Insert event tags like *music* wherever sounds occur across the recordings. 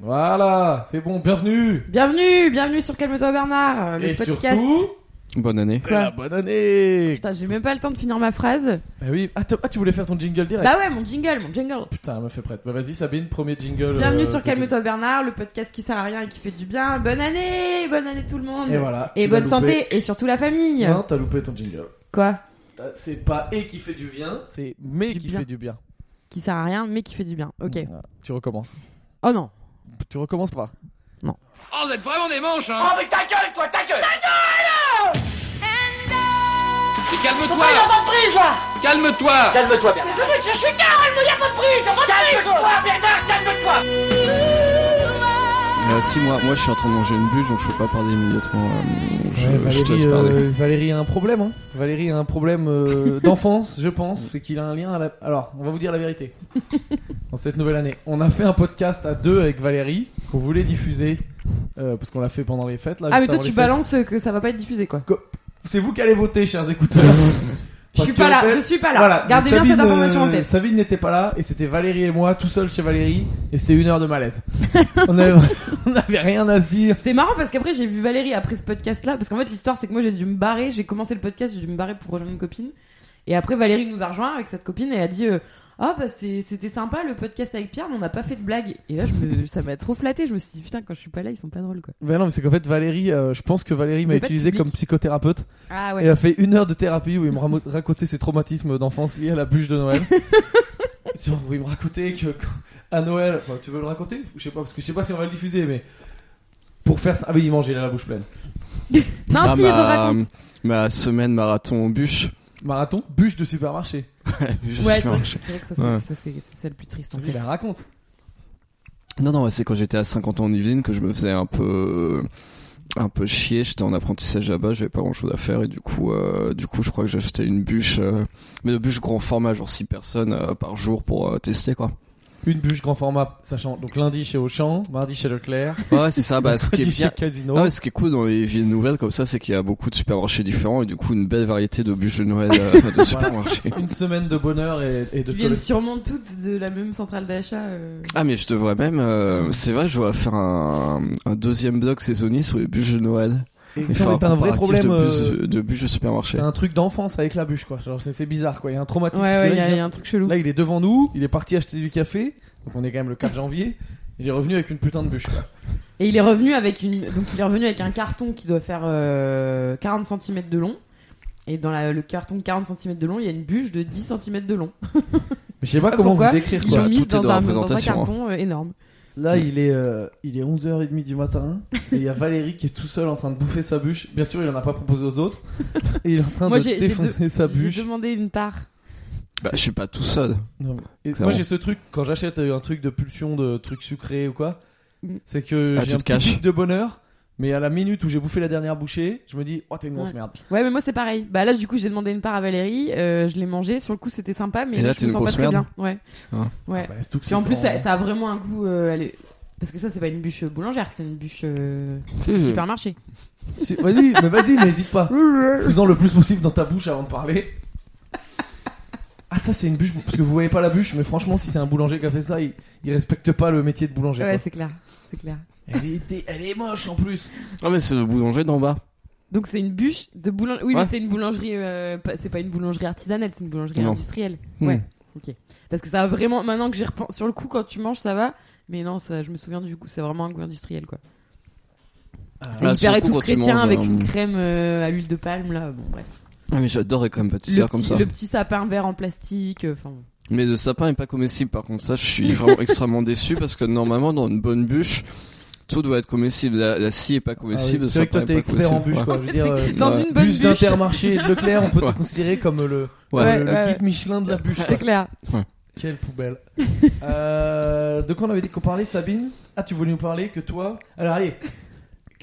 Voilà, c'est bon, bienvenue Bienvenue, bienvenue sur Calme-toi Bernard, euh, le Et podcast. surtout, Bonne année. de Quoi Oh, la bonne année Putain, j'ai même pas le temps de finir ma phrase. Bah oui, ah, t- ah, tu voulais faire ton jingle direct Bah ouais, mon jingle, mon jingle. Putain, elle m'a fait prête. Bah vas-y Sabine, premier jingle. Bienvenue euh, sur de- Calme-toi Bernard, le podcast qui sert à rien et qui fait du bien. Bonne année, bonne année tout le monde. Et voilà. Et tu bonne l'as loupé. santé et surtout la famille. Non, t'as loupé ton jingle. Quoi T'as- C'est pas et qui fait du bien, c'est mais Du qui bien. fait du bien. Qui sert à rien mais qui fait du bien. Ok. Voilà. Tu recommences. Oh Ah, non. Tu recommences pas. Oh, vous êtes vraiment des manches, hein Oh mais ta gueule toi, ta gueule Mais Pourquoi il n'y a calme-toi pas de prise là Calme-toi Calme-toi Bernard Je suis calme, il n'y a pas de prise, il n'y a pas de prise Calme-toi Bernard, calme-toi Euh, si moi, moi je suis en train de manger une bûche donc je peux pas parler immédiatement. euh, je, Ouais, je te Valérie, laisse parler. euh, Valérie a un problème. hein. Valérie a un problème euh, d'enfance, je pense. C'est qu'il a un lien à la... Alors, on va vous dire la vérité. Dans cette nouvelle année, on a fait un podcast à deux avec Valérie qu'on voulait diffuser euh, parce qu'on l'a fait pendant les fêtes. Là, Ah mais juste toi avant tu les fêtes. balances que ça va pas être diffusé quoi. C'est vous qui allez voter, chers écouteurs. Je Parce suis que, pas en fait, là, je suis pas là. Voilà, Gardez bien Sabine, cette information en euh, tête. Sabine n'était pas là et c'était Valérie et moi tout seul chez Valérie et c'était une heure de *laughs* malaise. on, avait, *laughs* on avait rien à se dire. C'est marrant parce qu'après j'ai vu Valérie après ce podcast là parce qu'en fait l'histoire c'est que moi j'ai dû me barrer, j'ai commencé le podcast, j'ai dû me barrer pour rejoindre une copine et après Valérie nous a rejoint avec cette copine et a dit euh, ah bah c'est- c'était sympa le podcast avec Pierre mais on n'a pas fait de blague et là je me- *laughs* ça m'a trop flatté, je me suis dit putain quand je suis pas là ils sont pas drôles quoi. Mais Ben non, mais c'est qu'en fait Valérie, euh, je pense que Valérie m'a C'est pas de utilisé public. comme psychothérapeute. Ah Elle a fait une heure de thérapie où il me ramo- *laughs* racontait ses traumatismes d'enfance liés à la bûche de Noël. *laughs* Sur- où il me racontait que quand- à Noël, enfin, tu veux le raconter Je sais pas, parce que je sais pas si on va le diffuser, mais pour faire ça, ah oui, il mangeait, il a la bouche pleine. Non bah, Ah, si il ma, euh, raconte. ma semaine marathon en bûche. *laughs* Marathon, bûche de supermarché. Je Ouais c'est vrai, suis que- marché. c'est vrai que ça c'est Ouais. ça, c'est- c'est ça le plus triste en Il fait. la raconte. Non, non, ouais, c'est quand j'étais à 50 ans en usine que je me faisais un peu un peu chier, j'étais en apprentissage là-bas, j'avais pas grand chose à faire et du coup euh, du coup je crois que j'ai acheté une bûche euh, mais une bûche grand format genre 6 personnes euh, par jour pour euh, tester quoi. Une bûche grand format, sachant. Donc lundi chez Auchan, mardi chez Leclerc, Ouais, c'est ça bah ce qui est mercredi bien chez Casino. Non, mais ce qui est cool dans les villes nouvelles comme ça, c'est qu'il y a beaucoup de supermarchés différents et du coup une belle variété de bûches de Noël euh, *laughs* de supermarchés. Une semaine de bonheur et, et de Qui viennent sûrement toutes de la même centrale d'achat. euh. Ah mais je devrais même, euh, c'est vrai, je dois faire un, un deuxième blog saisonnier sur les bûches de Noël. collection. Et faire T'as un vrai comparatif problème. de bûches euh, de, de bûches de supermarché. T'as un truc d'enfance avec la bûche, quoi. Genre, c'est c'est bizarre, quoi. Il y a un traumatisme. Ouais parce que ouais là, il y, il a- vient- il y a un truc chelou. Là, il est devant nous, il est parti acheter du café, donc on est quand même le 4 janvier. Il est revenu avec une putain de bûche. quoi. Et il est revenu avec une donc il est revenu avec un carton qui doit faire euh, 40 cm de long. Et dans la- le carton de 40 cm de long, il y a une bûche de 10 cm de long. Mais je sais pas Pas comment Ah, pourquoi, vous décrire Ils quoi. l'ont Voilà, mise tout est dans, dans un, dans la un présentation, carton euh, énorme. Là, il est euh, il est 11h30 du matin et il y a Valérie qui est tout seul en train de bouffer sa bûche. Bien sûr, il en a pas proposé aux *laughs* autres. Et il est en train Moi, de j'ai- j'ai défoncer sa bûche. J'ai demandé une part. Bah, je suis pas tout seul. Non, mais- et C'est moi, bon. j'ai ce truc quand j'achète euh, un truc de pulsion de truc sucré ou quoi, Mm. c'est que Ah, j'ai tu un te petit caches. pic de bonheur. Mais à la minute où j'ai bouffé la dernière bouchée, je me dis oh t'es une grosse Ouais. merde. Ouais, mais moi c'est pareil. Bah là, du coup, j'ai demandé une part à Valérie. euh, je l'ai mangée. Sur le coup, c'était sympa, mais Et là, je t'es me une sens pas grosse très merde. bien. Ouais. Ah. Ouais. Bah, c'est tout que Puis en c'est plus, grand. ça, ça a vraiment un goût. euh, elle est- Parce que ça, c'est pas une bûche euh, boulangère, c'est une bûche euh, Mmh. supermarché. Si- Vas-y, mais vas-y, *laughs* n'hésite pas. Faisons le plus possible dans ta bouche avant de parler. Ah ça c'est une bûche parce que vous voyez pas la bûche mais franchement si c'est un boulanger qui a fait ça il, il respecte pas le métier de boulanger. Ouais, quoi. c'est clair. C'est clair. Elle, est, dé- elle est moche en plus. Non mais c'est le boulanger d'en bas. Donc c'est une bûche de boulangerie. Oui, Ouais. mais c'est une boulangerie. euh, pas- c'est pas une boulangerie artisanale, c'est une boulangerie Non. industrielle. Hmm. Ouais. Ok. Parce que ça a vraiment. Maintenant que j'y repense, sur le coup, quand tu manges, ça va. Mais non, ça, je me souviens du coup, c'est vraiment un goût industriel, quoi. C'est Ah, sur hyper le coup, étouffe quand tu chrétien manges, avec euh, une crème euh, à l'huile de palme, là. Bon, bref. Ah mais j'adorerais quand même pas tout Le seul comme petit, ça. le petit sapin vert en plastique. euh, Enfin. bon. Mais le sapin est pas comestible par contre ça, je suis *laughs* vraiment extrêmement déçu parce que normalement dans une bonne bûche tout doit être comestible. La, la scie est pas comestible, Ah oui, C'est le vrai que toi sapin t'es est pas expert en comestible. bûche Ouais. quoi. Je veux dire, euh, Dans Ouais. une bonne bûche bûche. d'Intermarché et de Leclerc on peut Ouais. te considérer comme le, Ouais. le- le Ouais, guide Michelin de la bûche. *laughs* C'est clair. Quelle poubelle. *laughs* euh, de quoi on avait dit qu'on parlait, Sabine Ah, tu voulais nous parler que toi Alors allez,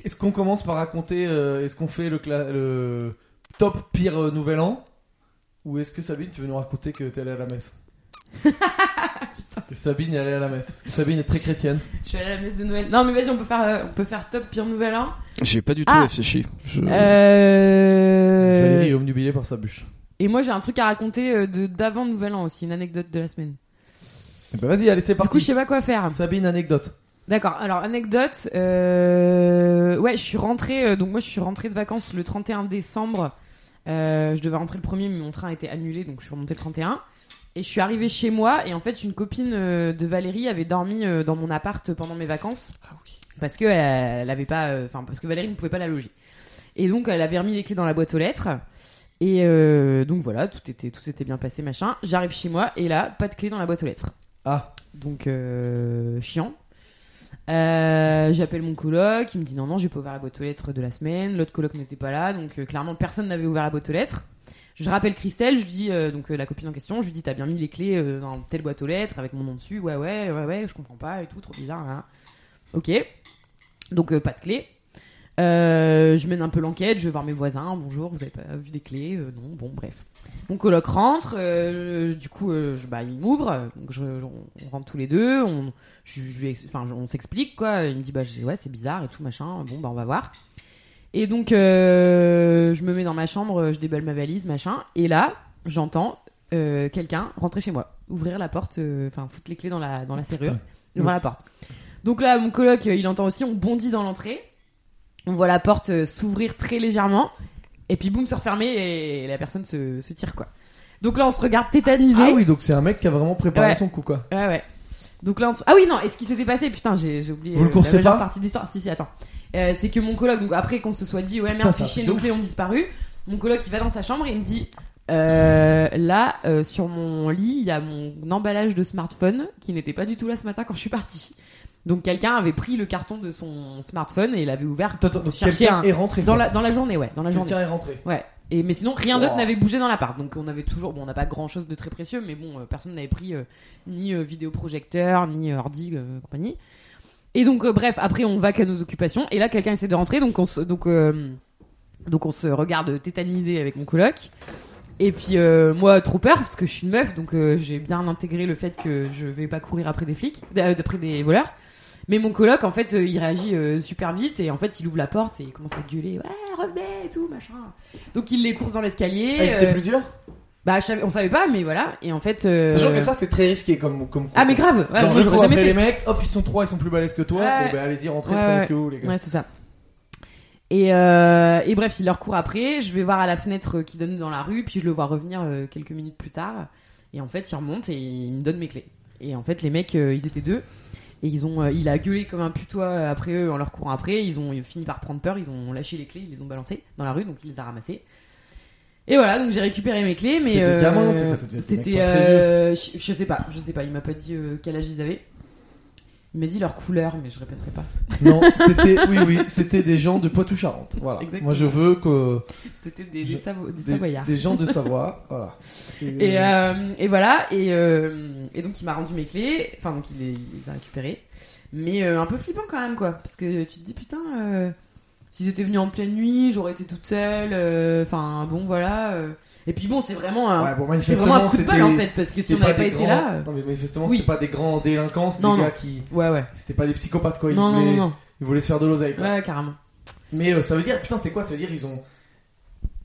est-ce qu'on commence par raconter, euh, est-ce qu'on fait le, cla- le top pire euh, nouvel an Ou est-ce que Sabine, tu veux nous raconter que t'es allée à la *laughs* messe Que Sabine est allée à la messe, parce que Sabine est très chrétienne. Je suis allée à la messe de Noël. Non, mais vas-y, on peut faire, euh, on peut faire top pire nouvel an. J'ai pas du tout Ah. réfléchi. Je- Euh... Valérie euh. est omnubilée par sa bûche. Et moi, j'ai un truc à raconter euh, de d'avant nouvel an aussi, une anecdote de la semaine. Eh ben, vas-y, allez, c'est Du coup, parti. je sais pas quoi faire. Sabine, anecdote. D'accord. Alors anecdote, euh, ouais, je suis rentrée. euh, donc moi, je suis rentrée de vacances le 31 décembre. Euh, je devais rentrer le premier, mais mon train a été annulé, donc je suis remontée le 31. Et je suis arrivée chez moi, et en fait, une copine euh, de Valérie avait dormi euh, dans mon appart pendant mes vacances. Parce que elle, elle avait pas, euh, enfin parce que Valérie ne pouvait pas la loger. Et donc, elle avait remis les clés dans la boîte aux lettres. Et euh, donc voilà, tout était, tout s'était bien passé, machin. J'arrive chez moi, et là, pas de clé dans la boîte aux lettres. Ah, Donc, euh, chiant. Euh, J'appelle mon coloc, il me dit non, non, j'ai pas ouvert la boîte aux lettres de la semaine. L'autre coloc n'était pas là, donc euh, clairement personne n'avait ouvert la boîte aux lettres. Je rappelle Christelle, je lui dis, euh, donc euh, la copine en question, je lui dis t'as bien mis les clés euh, dans telle boîte aux lettres avec mon nom dessus, ouais, ouais, ouais, ouais, je comprends pas et tout, trop bizarre. hein. Ok, donc euh, pas de clé. Euh, je mène un peu l'enquête, je vais voir mes voisins, bonjour, vous avez pas vu des clés Euh, Non, bon, bref. Mon coloc rentre, euh, du coup, euh, je, bah, il m'ouvre, donc je- je- on rentre tous les deux, on, je, je lui ex- enfin, je- on s'explique, quoi. Il me dit, bah, je dis, ouais, c'est bizarre et tout, machin, bon, bah, on va voir. Et donc, euh, je me mets dans ma chambre, je déballe ma valise, machin, et là, j'entends euh, quelqu'un rentrer chez moi, ouvrir la porte, euh, enfin, foutre les clés dans la, dans la serrure, ouvrir la porte. Donc là, mon coloc, euh, il entend aussi, on bondit dans l'entrée, on voit la porte euh, s'ouvrir très légèrement, et puis boum, se refermer et la personne se, se tire quoi. Donc là, on se regarde tétanisé. ah oui, donc c'est un mec qui a vraiment préparé Ouais. son coup quoi. Ouais, ouais. Donc là, on se- ah oui, non, et ce qui s'était passé, putain, j'ai j'ai oublié Vous le euh, coursez la majeure pas partie de l'histoire. Si, si, attends. Euh, c'est que mon coloc, donc après qu'on se soit dit, ouais, Putain, merde, ça fichier, fait nos ouf. clés ont disparu, mon coloc il va dans sa chambre et il me dit, euh, là, euh, sur mon lit, il y a mon emballage de smartphone qui n'était pas du tout là ce matin quand je suis partie. Donc quelqu'un avait pris le carton de son smartphone et l'avait ouvert Attends, attends, donc Chercher quelqu'un un- est rentré. dans quoi. la, dans la journée, ouais, dans la journée. Quelqu'un est rentré. Ouais. Et mais sinon rien d'autre Wow. n'avait bougé dans l'appart. Donc on avait toujours bon on n'a pas grand chose de très précieux mais bon euh, personne n'avait pris euh, ni euh, vidéoprojecteur ni euh, ordi euh, compagnie. Et donc euh, bref après on va qu'à nos occupations et là quelqu'un essaie de rentrer donc on se, donc euh, donc on se regarde tétanisé avec mon coloc. Et puis euh, moi trop peur parce que je suis une meuf donc euh, j'ai bien intégré le fait que je vais pas courir après des flics d'a- d'après des voleurs. Mais mon coloc en fait euh, il réagit euh, super vite et en fait il ouvre la porte et il commence à gueuler ouais revenez et tout machin. Donc il les course dans l'escalier. Ah, ils étaient euh, plusieurs bah je savais- on savait pas mais voilà et en fait. euh, Sachant que ça c'est très risqué comme comme coup, Ah mais quoi. grave. Ouais, Genre, moi je j'aurais cours jamais après les fait. mecs, hop, ils sont trois, ils sont plus balèzes que toi. Ouais. Bon, bah, allez-y, rentrez, Ouais, prenez ouais. ce que vous, les gars. Ouais c'est ça. Et, euh, et bref, il leur court après. Je vais voir à la fenêtre euh, qui donne dans la rue, puis je le vois revenir euh, quelques minutes plus tard. Et en fait, il remonte et il me donne mes clés. Et en fait, les mecs, euh, ils étaient deux. Et ils ont, euh, il a gueulé comme un putois euh, après eux en leur courant après. Ils ont fini par prendre peur. Ils ont lâché les clés, ils les ont balancées dans la rue, donc il les a ramassées. Et voilà, donc j'ai récupéré mes clés, mais C'était des euh, gamins, c'est quoi, ça devait être des mecs c'était, pas très euh, je, je sais pas, je sais pas. Il m'a pas dit euh, quel âge ils avaient. Il m'a dit leur couleur, mais je répéterai pas. Non, c'était oui oui, c'était des gens de Poitou-Charentes. Voilà. Exactement. Moi je veux que C'était des, des, Je- Savo- des des, Savoyards. des gens de Savoie, voilà. *laughs* Et, euh, et voilà, et, euh, et donc il m'a rendu mes clés, enfin donc il les, il les a récupérées, mais euh, un peu flippant quand même quoi, parce que tu te dis putain, euh, s'ils étaient venus en pleine nuit, j'aurais été toute seule, euh, enfin bon voilà, euh. et puis bon c'est vraiment un, Ouais, bon, c'est manifestement, vraiment un coup de bol c'était- en fait, parce que si c'était on n'avait pas des été grands- là, euh, Non mais manifestement, Oui. c'était pas des grands délinquants, c'était Non, des non. gars qui ouais ouais, c'était pas des psychopathes quoi, ils, non non voulaient... non, non, ils voulaient se faire de l'oseille quoi. ouais carrément. Mais euh, ça veut dire putain, c'est quoi Ça veut dire ils ont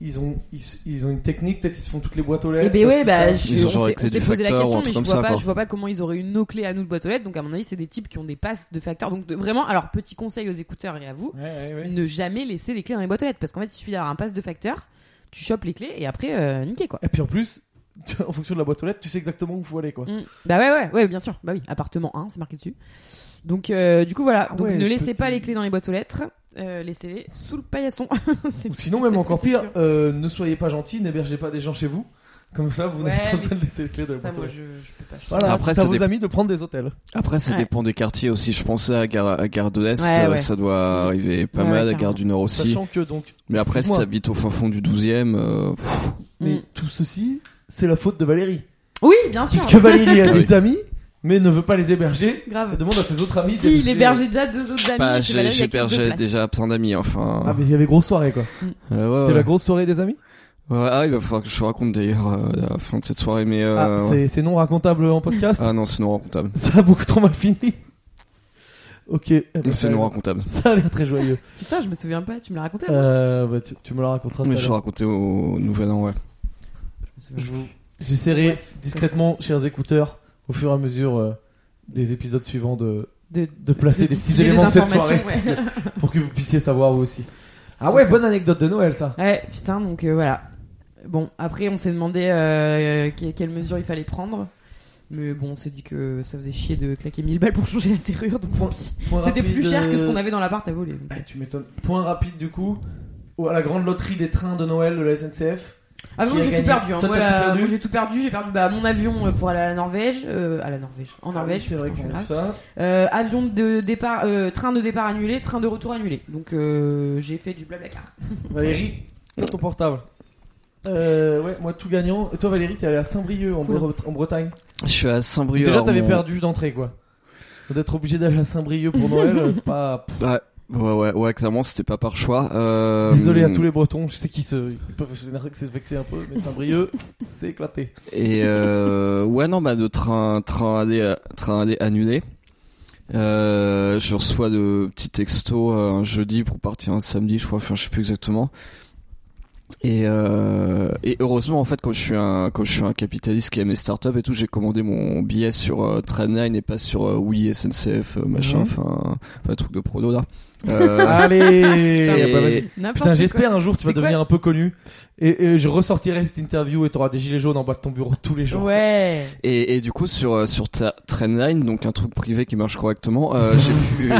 ils ont ils, ils ont une technique, peut-être ils se font toutes les boîtes aux Et lettres. ben parce qu'ils ouais, bah, savent- je, Ils ont on genre s'est- accès on du s'est posé la facteur ou question, un mais truc je comme vois, ça, pas, quoi. je vois pas comment ils auraient eu nos clés à nous de boîte aux lettres. Donc, à mon avis, c'est des types qui ont des passes de facteur. Donc, de- vraiment, alors, petit conseil aux écouteurs et à vous, Ouais, ouais, ouais. ne jamais laisser les clés dans les boîtes aux lettres. Parce qu'en fait, il suffit d'avoir un passe de facteur, tu chopes les clés et après, euh, niquer quoi. Et puis en plus, tu- en fonction de la boîte aux lettres, tu sais exactement où faut aller quoi. Mm. Bah ouais, ouais, ouais, bien sûr. Bah oui, appartement 1, c'est marqué dessus. Donc, euh, du coup, voilà. Ah Donc, ouais, ne laissez petit- pas les clés dans les boîtes aux lettres. Euh, Laissez-les sous le paillasson. *laughs* C'est- Ou sinon, c'est même plus encore pire, sécure. euh, ne soyez pas gentil, n'hébergez pas des gens chez vous. Comme ça, vous n'avez Ouais, pas besoin mais de laisser les clés de la Ça, boîte aux moi, lettres. je, je peux pas. je- Voilà, Après, c'est à ça vos dép- amis de prendre des hôtels. Après, ça Ouais. dépend des quartiers aussi. Je pensais à Gare, à Gare de l'Est, Ouais, euh, ouais. ça doit arriver pas Ouais, mal, à carrément. Gare du Nord aussi. Sachant que donc. Mais après, si excuse-moi, t'habites au fin fond du 12 e Mais Mm. tout ceci, c'est la faute de Valérie. Oui, bien sûr. Puisque Valérie a Ah oui. des amis, mais ne veut pas les héberger. Elle *laughs* Grave. demande à ses autres amis. Si, il d'héberger- hébergeait déjà deux autres amis. bah, et c'est Valérie j'ai- qui a pris deux j'hébergeais places. déjà plein d'amis, enfin. Ah, mais il y avait grosse soirée quoi. Euh, ouais, C'était ouais. la grosse soirée des amis Ouais, ah, il va falloir que je te raconte d'ailleurs euh, la fin de cette soirée, mais. euh, Ah, ouais. c'est- c'est non racontable en podcast Ah non, c'est non racontable. *laughs* Ça a beaucoup trop mal fini. Ok. eh ben, ça C'est a non l'air- racontable. Ça a l'air très *laughs* joyeux. Putain, je me souviens pas, tu me l'as raconté. hein. avant. Euh, bah, tu, tu me la raconteras tout à Mais je l'heure. racontais au Nouvel An, ouais. Je vous- J'essaierai discrètement, chers écouteurs, au fur et à mesure euh, des épisodes suivants de, de, de placer des petits distiller éléments de des cette informations, soirée Ouais. *laughs* pour que vous puissiez savoir vous aussi. Ah ouais, bonne anecdote de Noël ça. Ouais, putain, donc euh, voilà. Bon, après, on s'est demandé euh, que- quelles mesures il fallait prendre. Mais bon, on s'est dit que ça faisait chier de claquer 1000 balles pour changer la serrure, donc tant pis. Point C'était rapide, plus cher que ce euh, qu'on avait dans l'appart à voler. donc. Ah, tu m'étonnes. Point rapide du coup. Ou à la grande loterie des trains de Noël de la SNCF. Ah, Qui moi a j'ai gagné tout perdu. hein. Toi, Moi, t'as tout la- perdu moi, j'ai tout perdu. J'ai perdu bah, mon avion euh, pour aller à la Norvège. euh, à la Norvège. Ah En oui, Norvège. c'est vrai putain, qu'on je a suis ça. Euh, avion de départ, euh, train de départ annulé, train de retour annulé. Donc euh, j'ai fait du blabla car. Valérie, t'as ton portable. Euh, ouais, moi tout gagnant. Et toi Valérie, t'es allée à Saint-Brieuc en, Cool. Bre- en Bretagne. Je suis à Saint-Brieuc. Déjà, alors t'avais mon- perdu d'entrée quoi. D'être obligé d'aller à Saint-Brieuc pour Noël, *laughs* euh, c'est pas. Pff, Ouais, ouais, ouais, ouais, clairement, c'était pas par choix. Euh... Désolé à tous les Bretons, je sais qu'ils se... ils peuvent se se vexer un peu, mais *laughs* Saint-Brieuc, c'est éclaté. Et euh, ouais, non, bah de train, train aller, euh, train aller annulé. Euh, je reçois de petits textos euh, un jeudi pour partir un samedi, je crois, enfin je sais plus exactement. Et, euh, et heureusement en fait quand je suis un quand je suis un capitaliste qui aime les startups et tout, j'ai commandé mon billet sur euh, Trainline et pas sur euh, oui SNCF euh, machin, Mhm. enfin un truc de prodo là. Euh, Allez et- N'importe Ah, Putain, quoi. j'espère un jour tu vas C'est quoi devenir un peu connu et, et je ressortirai cette interview et t'auras des gilets jaunes en bas de ton bureau tous les jours. Ouais. Et, et du coup sur euh, sur ta Trendline, donc un truc privé qui marche *laughs* correctement, euh, j'ai pu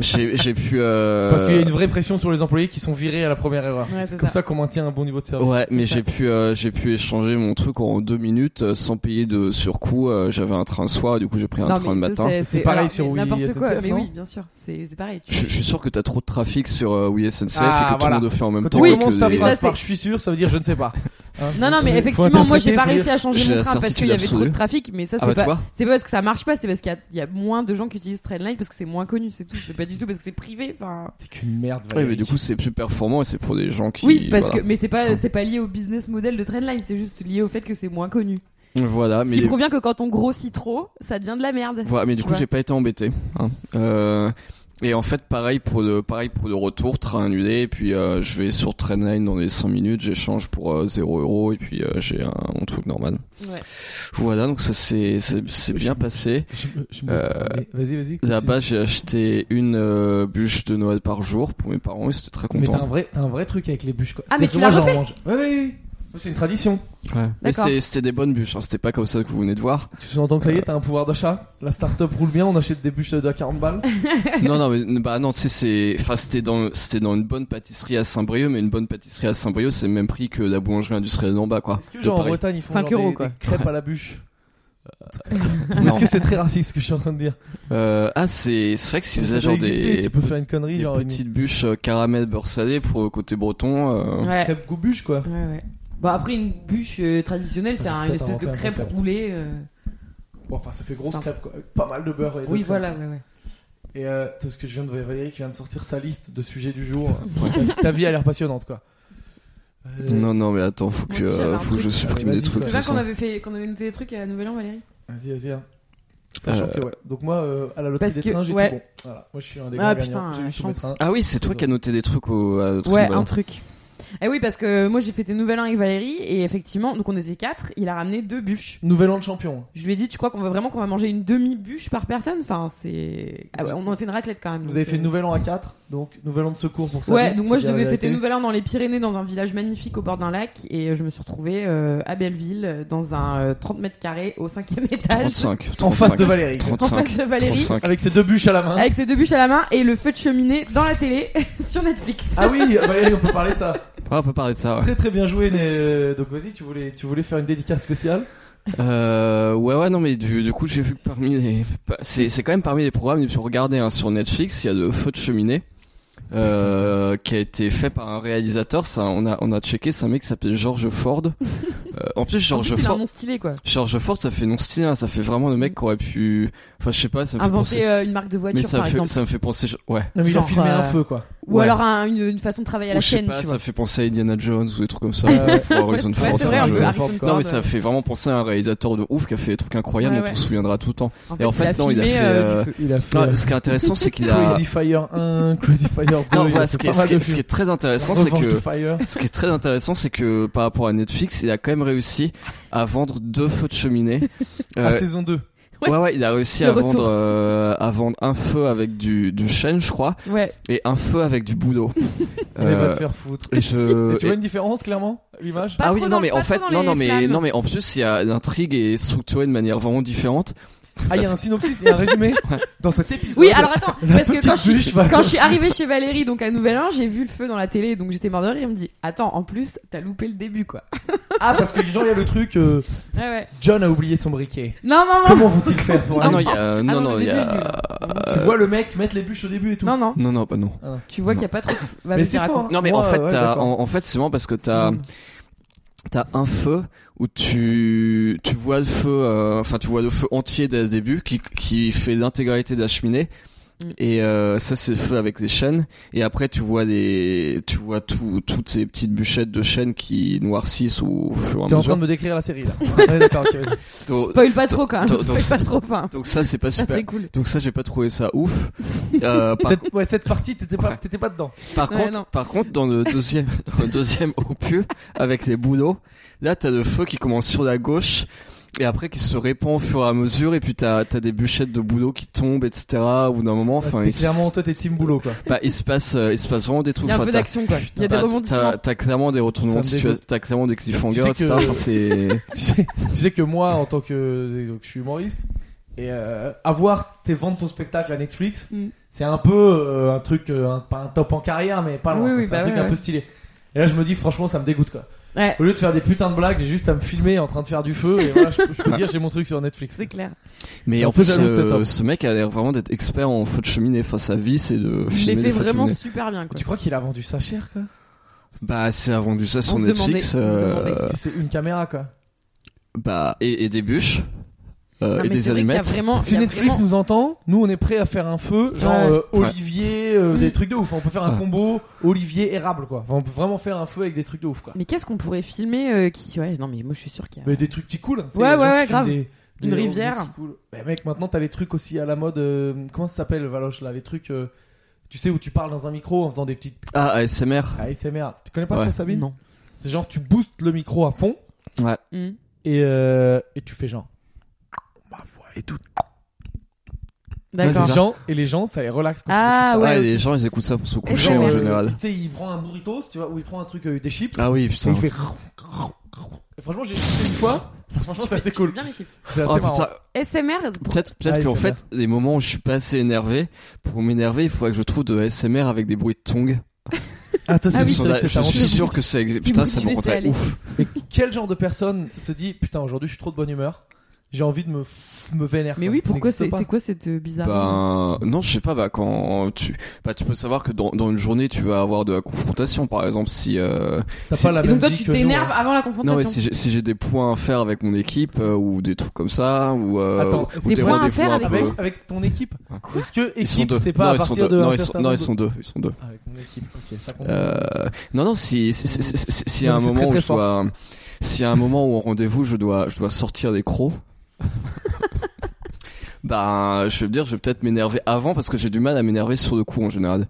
j'ai j'ai pu euh, Parce qu'il y a une vraie pression sur les employés qui sont virés à la première erreur. Ouais, c'est c'est comme ça. ça, qu'on maintient un bon niveau de service. Ouais, mais ça. j'ai pu euh, j'ai pu échanger mon truc en deux minutes euh, sans payer de surcoût. Euh, J'avais un train le soir, du coup j'ai pris un Non, train le mais ça, matin. C'est pareil alors, sur mais Wii N'importe quoi, SNCF, mais non oui, bien sûr. C'est c'est pareil. Je, je suis sûr que t'as trop de trafic sur euh, oui SNCF Ah, et voilà. que tout le monde le fait en même Quand temps. tu et commences que ta les- phrase Ça, par c'est- je suis sûr, ça veut dire je ne sais pas. Hein, Non, non, faut- mais faut effectivement, moi j'ai interpréter, pas faut réussi dire- à changer J'ai mon la train parce certitude qu'il y avait trop de absolue. trafic, mais ça c'est Ah bah tu pas. vois. C'est pas parce que ça marche pas, c'est parce qu'il y a- il y, a moins de gens qui utilisent Trainline parce que c'est moins connu, c'est tout. C'est pas du tout parce que c'est privé. Enfin, T'es qu'une merde, Ouais, Valérie. mais du coup c'est plus performant et c'est pour des gens qui. oui, parce voilà. que mais c'est pas c'est pas lié au business model de Trainline, c'est juste lié au fait que c'est moins connu. Voilà, Ce mais qui les- provient que quand on grossit trop, ça devient de la merde. Voilà, mais Tu du coup, vois. j'ai pas été embêté. hein. Euh, et en fait, pareil pour le, pareil pour le retour, train annulé. Et puis, euh, je vais sur Trainline dans les 5 minutes, j'échange pour euh, 0 euros. Et puis, euh, j'ai un, mon truc normal. Ouais. Voilà, donc ça c'est c'est- c'est bien passé. Je me- je me- Euh, mais Vas-y, vas-y. continue. Là-bas, j'ai acheté une euh, bûche de Noël par jour pour mes parents. Ils étaient très Mais t'as un, contents. vrai, t'as un vrai truc avec les bûches quoi. Ah, mais C'est-à-dire tu que l'as moi, j'en mange- refait Ouais, ouais, ouais. C'est une tradition. Ouais. Mais D'accord. c'est- c'était des bonnes bûches. hein. C'était pas comme ça que vous venez de voir. Tu sous-entends que ça y est, t'as un pouvoir d'achat. La start-up roule bien, on achète des bûches de 40 balles. non, non, mais bah non, tu sais, c'est, enfin, c'était dans, c'était dans une bonne pâtisserie à Saint-Brieuc, mais une bonne pâtisserie à Saint-Brieuc, c'est le même prix que la boulangerie industrielle d'en bas, quoi. Est-ce que de genre en Ah, Paris. Euh, Bretagne ils font 5 genre euros, des, quoi. des crêpes à la bûche Non. Est-ce que c'est très raciste ce que je suis en train de dire Euh, ah, c'est c'est vrai que si vous Ça faisait doit genre exister, des, tu peux faire une des connerie genre une petites bûches euh, caramel beurre salé pour le côté breton. euh, Ouais. crêpe goût-bûche quoi. Ouais, ouais. Bon, après, une bûche euh, traditionnelle, c'est J'ai un- une peut-être espèce inventé de un crêpe concept. roulée. euh. Bon, enfin ça fait grosse Ça. crêpe quoi, avec pas mal de beurre et de Oui, crème. voilà, ouais, ouais. Et euh, t'as ce que je viens de Valérie qui vient de sortir sa liste de sujets du jour. Ta vie a l'air passionnante quoi. Euh, Non, non, mais attends, faut Moi que, aussi, j'avais euh, un faut que truc. je supprime Allez, des vas-y, trucs. ça de C'est De pas toute qu'on façon. avait fait, qu'on avait noté des trucs à Nouvel An, Valérie Vas-y, vas-y. hein. Sachant Euh, que, ouais. Donc moi, euh, à la loterie parce des que- trains, j'ai ouais. tout bon. Voilà. Moi, je suis un des Ah, grands putain, gagnants. J'ai eu tous mes chance. trains. Ah oui, c'est toi qui as noté des trucs au, à notre Ouais, Tribune. un truc. Et oui, parce que euh, moi j'ai fait des Nouvel An avec Valérie, et effectivement, donc on était quatre, il a ramené deux bûches. Nouvel an de champion. Je lui ai dit, tu crois qu'on va vraiment qu'on va manger une demi-bûche par personne Enfin, c'est. Ah ouais, on a fait une raclette quand même. Vous donc, avez fait euh, nouvel an à 4, donc nouvel an de secours pour ça. Ouais, donc moi je devais fêter Nouvel An dans les Pyrénées, dans un village magnifique au bord d'un lac, et je me suis retrouvée euh, à Belleville, euh, dans un euh, 30 mètres carrés au cinquième étage, 35. En 35, face de Valérie. en 35. face de Valérie, 35. Avec ses deux bûches à la Hein *laughs* main. avec ses deux bûches à la main et le feu de cheminée dans la télé *laughs* sur Netflix. Ah oui, Valérie, on peut parler de ça. Ah, on peut parler de ça, ouais. Très très bien joué, né- donc vas-y, tu voulais, tu voulais faire une dédicace spéciale. Euh, ouais, ouais, non, mais du, du coup, j'ai vu que parmi les. pa- C'est, c'est quand même parmi les programmes les plus regardés hein, sur Netflix, il y a le Feu de cheminée. Euh, qui a été fait par un réalisateur, ça, on a, on a checké, c'est un mec qui s'appelle George Ford. *laughs* Euh, en plus, En George plus, il a un Ford, nom stylé quoi. George Ford, ça fait non stylé, hein, ça fait vraiment le mec qui aurait pu, enfin, je sais pas, ça me fait Inventer penser, euh, une marque de mais voiture ça me par fait, exemple. ça me fait penser, ouais. Non, mais il a Genre, filmé euh, un feu quoi. Ou ouais. alors un- une, une façon de travailler à Ou la je sais chaîne, pas, tu ça vois. fait penser à Indiana Jones ou des trucs comme ça, Ouais, ouais. pour *laughs* Horizon Ouais, Ford. c'est vrai, enfin, un je- peu je- Harrison Non, Non Ford, mais ça euh, fait vraiment penser à un réalisateur de ouf qui a fait des trucs incroyables Ouais, dont ouais. on se souviendra tout le temps. En Et en fait, il a non, il a filmé, fait, euh, euh, du feu. Il a fait Non, euh, ce qui est intéressant, c'est *laughs* qu'il a. Crazy Fire 1, Crazy Fire 2. Non, il a voilà, fait ce qui est, pas ce mal qui est- de ce qui est films. très intéressant, c'est Revenge que to Fire. ce qui est très intéressant, c'est que par *laughs* rapport à Netflix, il a quand même réussi à vendre deux feux de cheminée. La Euh, saison 2. Ah, Ouais. Ouais, ouais, il a réussi Le à retour. vendre, euh, à vendre un feu avec du, du chêne, je crois, Ouais. et un feu avec *laughs* du boulot. Mais va Euh, te faire foutre. et je. Et tu vois et- une différence clairement L'image Pas ah trop oui, dans non, le- mais en pas trop fait, dans non, les non, mais, flammes. non, mais en plus, il y a l'intrigue est structurée de manière vraiment différente. Ah, il y a un synopsis, il y a un *laughs* résumé dans cet épisode. Oui, alors attends, La parce que petite quand je, suis, biche va- quand je suis arrivée chez Valérie, donc à Nouvel An, j'ai vu le feu dans la télé, donc j'étais mort de rire. Il me dit Attends, en plus, t'as loupé le début, quoi. Ah, parce que genre, il y a le truc euh, Ouais, ouais. John a oublié son briquet. Non, non, non. Comment vont-ils faire pour Ah non, aller il y a. Ah Non, non, non, le il y début est a. Tu vois le mec mettre les bûches au début et tout. Non, non, Non, non, bah non. tu vois qu'il Non. n'y a pas trop de. Bah, Vas-y, Mais c'est raconte. fort. hein. Non mais en Ouais, fait, ouais, t'as- d'accord. Mm. en, en fait c'est marrant parce que t'as t'as un feu où tu tu vois le feu, euh, enfin tu vois le feu entier dès le début qui qui fait l'intégralité de la cheminée. Mm. Et euh, ça c'est le feu avec les chaînes et après tu vois les tu vois tout, toutes ces petites bûchettes de chaînes qui noircissent au fur et à T'es en mesure. train de me décrire la série là. *laughs* Ouais, d'accord, ok, vas-y. Donc, Spoil pas trop quand même. Donc- Spoil pas trop, enfin. donc ça c'est pas Ça super. serait cool. Donc ça j'ai pas trouvé ça ouf. *laughs* Euh, par cette, ouais, cette partie, t'étais pas, Ouais. t'étais pas dedans. Par Ouais, contre, non. par contre, dans le deuxième, *laughs* dans le deuxième opus, avec les boulots, là, t'as le feu qui commence sur la gauche, et après qui se répand au fur et à mesure, et puis t'as, t'as des bûchettes de boulots qui tombent, etc., ou d'un moment, enfin, T'es il, se- clairement, toi, t'es team boulot quoi. bah, il se passe, euh, il se passe vraiment des Il trucs. y a un Enfin, peu t'as- d'action, quoi. Il y a des bah, rebondissements. t'as, t'as clairement des retournements Ça me de situation, dégoûte. t'as clairement des cliffhangers, Tu sais que- etc. Enfin, *laughs* c'est, *laughs* tu, sais, tu sais que moi, en tant que donc, je suis humoriste, et euh, avoir tes ventes ton spectacle à Netflix, Mm. c'est un peu euh, un truc, euh, un- pas un top en carrière, mais pas loin. Oui, quoi. oui, c'est bah un truc oui, un ouais. peu stylé. Et là, je me dis, franchement, ça me dégoûte quoi. Ouais, Au lieu de faire des putains de blagues, j'ai juste à me filmer en train de faire du feu, et voilà, je, peux- je *laughs* peux dire, j'ai mon truc sur Netflix. c'est clair. mais Un en peu plus, jaloux de cet euh, homme. ce mec a l'air vraiment d'être expert en feu de cheminée. Enfin, sa vie, c'est de Je filmer l'ai des fait feux de vraiment cheminée. super bien, quoi. Tu crois qu'il a vendu ça cher quoi Bah, c'est a vendu ça sur se demandait, Netflix. on se euh, demandait. Parce que c'est une caméra quoi. Bah, et, et des bûches. euh, Non, et mais des c'est vrai qu'il y a allumettes. vraiment- il Si y a Netflix vraiment- nous entend, nous on est prêt à faire un feu, genre Ouais. euh, Ouais. Olivier, euh, des Mm. trucs de ouf. On peut faire un Ouais. combo Olivier érable quoi. Enfin, on peut vraiment faire un feu avec des trucs de ouf quoi. Mais qu'est-ce qu'on pourrait filmer euh, qui... Ouais, non, mais moi je suis sûr qu'il y a. Mais des trucs qui coulent. hein. Tu sais, Ouais, les gens ouais, qui ouais, filment grave. des- Une des- rivière. des trucs cool. Mais mec, maintenant t'as les trucs aussi à la mode. euh, comment ça s'appelle Valoche là Les trucs, euh, tu sais, où tu parles dans un micro en faisant des petites Ah, ASMR. ASMR. Tu connais pas Ouais. ça, Sabine Non. C'est genre tu boostes le micro à fond Hmm. et, euh, et tu fais genre. Ma voix et tout. D'accord. c'est Les ça. gens, et les gens, ça les relaxe quand ils Ah écoutent ça. ouais. Ouais, ok. les gens ils écoutent ça pour se Ou Et coucher genre, en euh, Tu général. sais, il prend un burritos, tu vois, ou il prend un truc, euh, des chips, Ah oui, et putain. il fait. Et franchement, j'ai écouté une fois. Franchement, c'est assez Tu fais cool. Bien les chips. C'est assez Oh, marrant. putain. SMR. Peut-être, peut-être Ah, qu'en ASMR. fait, les moments où je suis pas assez énervé, pour m'énerver, il faudrait que je trouve de SMR avec des bruits de tongs. Ah, toi, c'est Ah oui, juste je vrai que suis c'est inventé. sûr que ça existe. Putain, me ça me laissais rendrait aller. ouf. Mais quel genre de personne se dit putain aujourd'hui je suis trop de bonne humeur, j'ai envie de me f- me vénère. Mais quoi. oui, Ça pourquoi n'existe c'est pas. c'est quoi cette euh, bizarre Ben, non, je sais pas, bah, quand tu, bah, tu peux savoir que dans, dans une journée, tu vas avoir de la confrontation, par exemple, si, euh, T'as c'est- pas la Et même donc toi vie tu que nous, t'énerves hein. avant la non, confrontation. mais si j'ai, si j'ai des points à faire avec mon équipe, euh, ou des trucs comme ça, ou, euh, Attends, ou des des points à rendez-vous faire un avec- peu. Avec, avec ton équipe. Quoi Est-ce que Ils sont équipe deux. c'est pas non, à ils sont partir deux. de non, un ils sont, certain non, ils nombre sont deux. Ils sont deux. de- Ah, Avec mon équipe, ok, ça compte. Euh, non, non, si, si, si, si, si- s'il y a Non, un c'est moment très, très où je dois, s'il y a un moment où en rendez-vous, je dois, je dois sortir des crocs. bah, je vais me dire, je vais peut-être m'énerver avant parce que j'ai du mal à m'énerver sur le coup en général.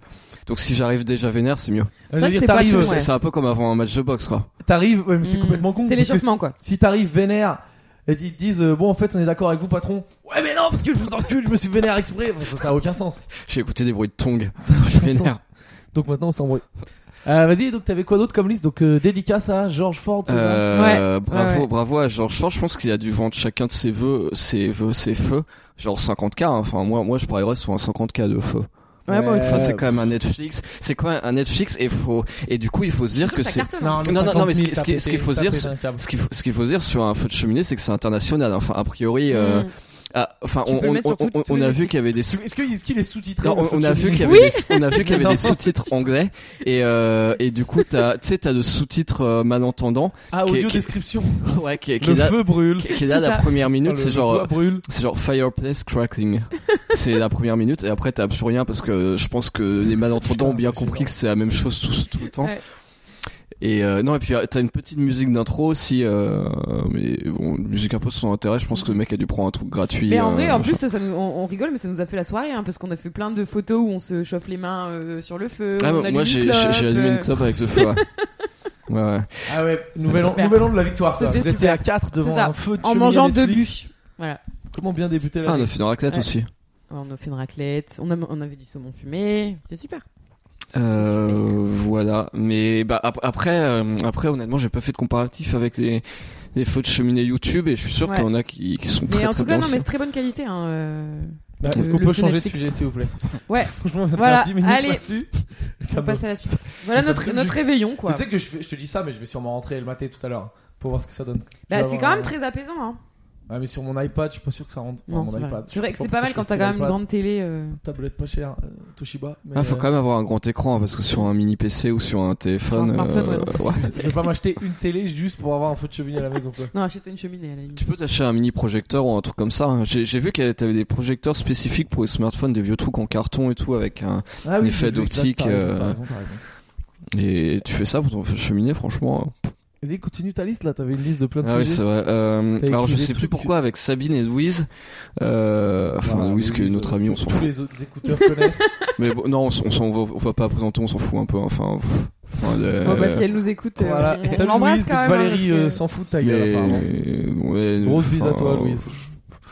Donc si j'arrive déjà vénère, c'est mieux. Je veux vrai que dire, c'est pas t'arrives, idiot, C'est ouais. c'est un peu comme avant un match de boxe, quoi. t'arrives, ouais, mais c'est Hmm. complètement con. C'est parce que l'échauffement si- quoi. Si t'arrives vénère et ils te disent euh, bon en fait on est d'accord avec vous patron. Ouais mais non parce que je vous encule, je me suis vénère exprès. Enfin, ça, ça a aucun sens. J'ai écouté des bruits de tongs. *laughs* Ça n'a aucun Vénère. sens. Donc maintenant on s'embrouille. Euh, Vas-y, donc t'avais quoi d'autre comme liste Donc euh, dédicace à George Ford, c'est ça Euh, bravo, Ouais, ouais. bravo à Georges Ford. Je pense qu'il a dû vendre chacun de ses vœux, ses vœux, ses feux. Genre 50k. hein. Enfin, moi, moi, je parierais sur un 50k de feu. Ouais, moi aussi. Euh, Enfin, c'est quand même un Netflix. C'est quand même un Netflix et faut, et du coup, il faut se dire que c'est, Non. mais Non, non, 50 non, mais ce 000, qui- ce qui- t'as ce pété- qu'il faut t'as dire, pété un câble. ce qu'il faut, ce qu'il faut se dire sur un feu de cheminée, c'est que c'est international. Enfin, a priori, euh, ah, enfin, Mm. Tu on, peux le on, mettre sur on- tout- on- tous on a les vu qu'il y avait *laughs* des sous- Est-ce que- est-ce qu'il est sous-titré non, le on, on Fauchonnet a vu qu'il y avait Oui des, sous- on a vu qu'il y avait Non, des c'est- *laughs* sous-titres anglais et euh, et du coup t'as tu sais t'as le sous-titre euh, *laughs* malentendant Ah, qui- audio qui- description. ouais qui, est- qui Le est là feu brûle. qui, qui est là C'est la ça. première minute Le- c'est le genre bois euh, brûle. c'est genre *laughs* fireplace crackling c'est la première minute et après t'as plus rien parce que je pense que les malentendants Putain, ont bien c'est compris gênant. que c'est la même chose tout, tout le temps Ouais. et euh, non et puis euh, t'as une petite musique d'intro aussi euh, mais bon une musique un peu sans intérêt je pense que le mec a dû prendre un truc gratuit Mais en vrai, euh, en plus, ça nous, on, on rigole, mais ça nous a fait la soirée, hein, parce qu'on a fait plein de photos où on se chauffe les mains euh, sur le feu. Ah, on moi, allume moi une j'ai clope, j'ai- j'ai allumé euh, une clope avec *laughs* le feu. Ouais, ouais. ouais. Ah ouais, nouvel an, Super. nouvel an de la victoire. quoi. C'était Vous étiez super. à 4 devant C'est ça. un feu de En cheminée mangeant deux Netflix. bûches. Comment bien débuter Ah, on l'année a fait une raclette Ouais. aussi. On a fait une raclette, on, a- on avait du saumon fumé, c'était super. Euh, voilà. Mais bah, ap- après, euh, après, honnêtement, j'ai pas fait de comparatif avec les, les feux de cheminée YouTube et je suis sûr Ouais. qu'il y en a qui, qui sont Mais très en très tout cas, bons non, aussi. mais très bonne qualité. Hein, euh, Ah, Est-ce le- qu'on le peut feu changer de Netflix. sujet, s'il vous *laughs* plaît Ouais. Franchement, on va Voilà. faire 10 minutes Allez. là-dessus. Ça on me- passe à la suite. Voilà Ça notre, serait notre du- réveillon, quoi. Mais Tu sais que je, fais- je te dis ça, mais je vais sûrement rentrer et le mater tout à l'heure hein, pour voir euh, ce que ça donne. Bah, Je vais c'est avoir quand un- même très apaisant. Hein. Ouais, mais sur mon iPad, je suis pas sûr que ça rentre. Enfin, Non, mon c'est vrai. iPad. C'est vrai que Je sais c'est pas pas mal quand pourquoi t'as je quand même fais une l'iPad. grande télé. euh. tablette pas chère, euh, Toshiba. mais, Ah, faut euh, quand même avoir un grand écran hein, parce que sur un mini PC ou sur un téléphone, Sur un smartphone, ouais, non, c'est euh, ouais. Je vais pas m'acheter une télé juste pour avoir un feu de cheminée à la maison. *laughs* Quoi. Non, achète une cheminée à la limite. tu peux t'acheter un mini projecteur ou un truc comme ça. hein. J'ai j'ai vu que t'avais des projecteurs spécifiques pour les smartphones, des vieux trucs en carton et tout avec un. Ah Des fêtes j'ai vu, exact, optiques, t'as raison, euh, t'as raison, t'as raison. Et tu fais ça pour ton feu de cheminée, franchement. hein. Vas-y, continue ta liste là, t'avais une liste de plein de Ah oui, c'est sujets. vrai. Euh, T'as alors écrit je des sais plus trucs- pourquoi avec Sabine et Louise, euh, enfin Voilà, Louise mais qui est oui, notre euh, amie, on s'en Tous fout. les autres écouteurs *laughs* connaissent. Mais bon, non, on, s- on s'en va, on va pas présenter, on s'en fout un peu. hein. Enfin, pff, enfin, euh, Bon, bah, si elle nous écoute, euh, voilà. on- on Salut l'embrasse Louise, quand donc même. hein, Valérie parce que- euh, s'en fout de ta mais- gueule apparemment. ouais, Grosse bise à euh, enfin, toi, Louise.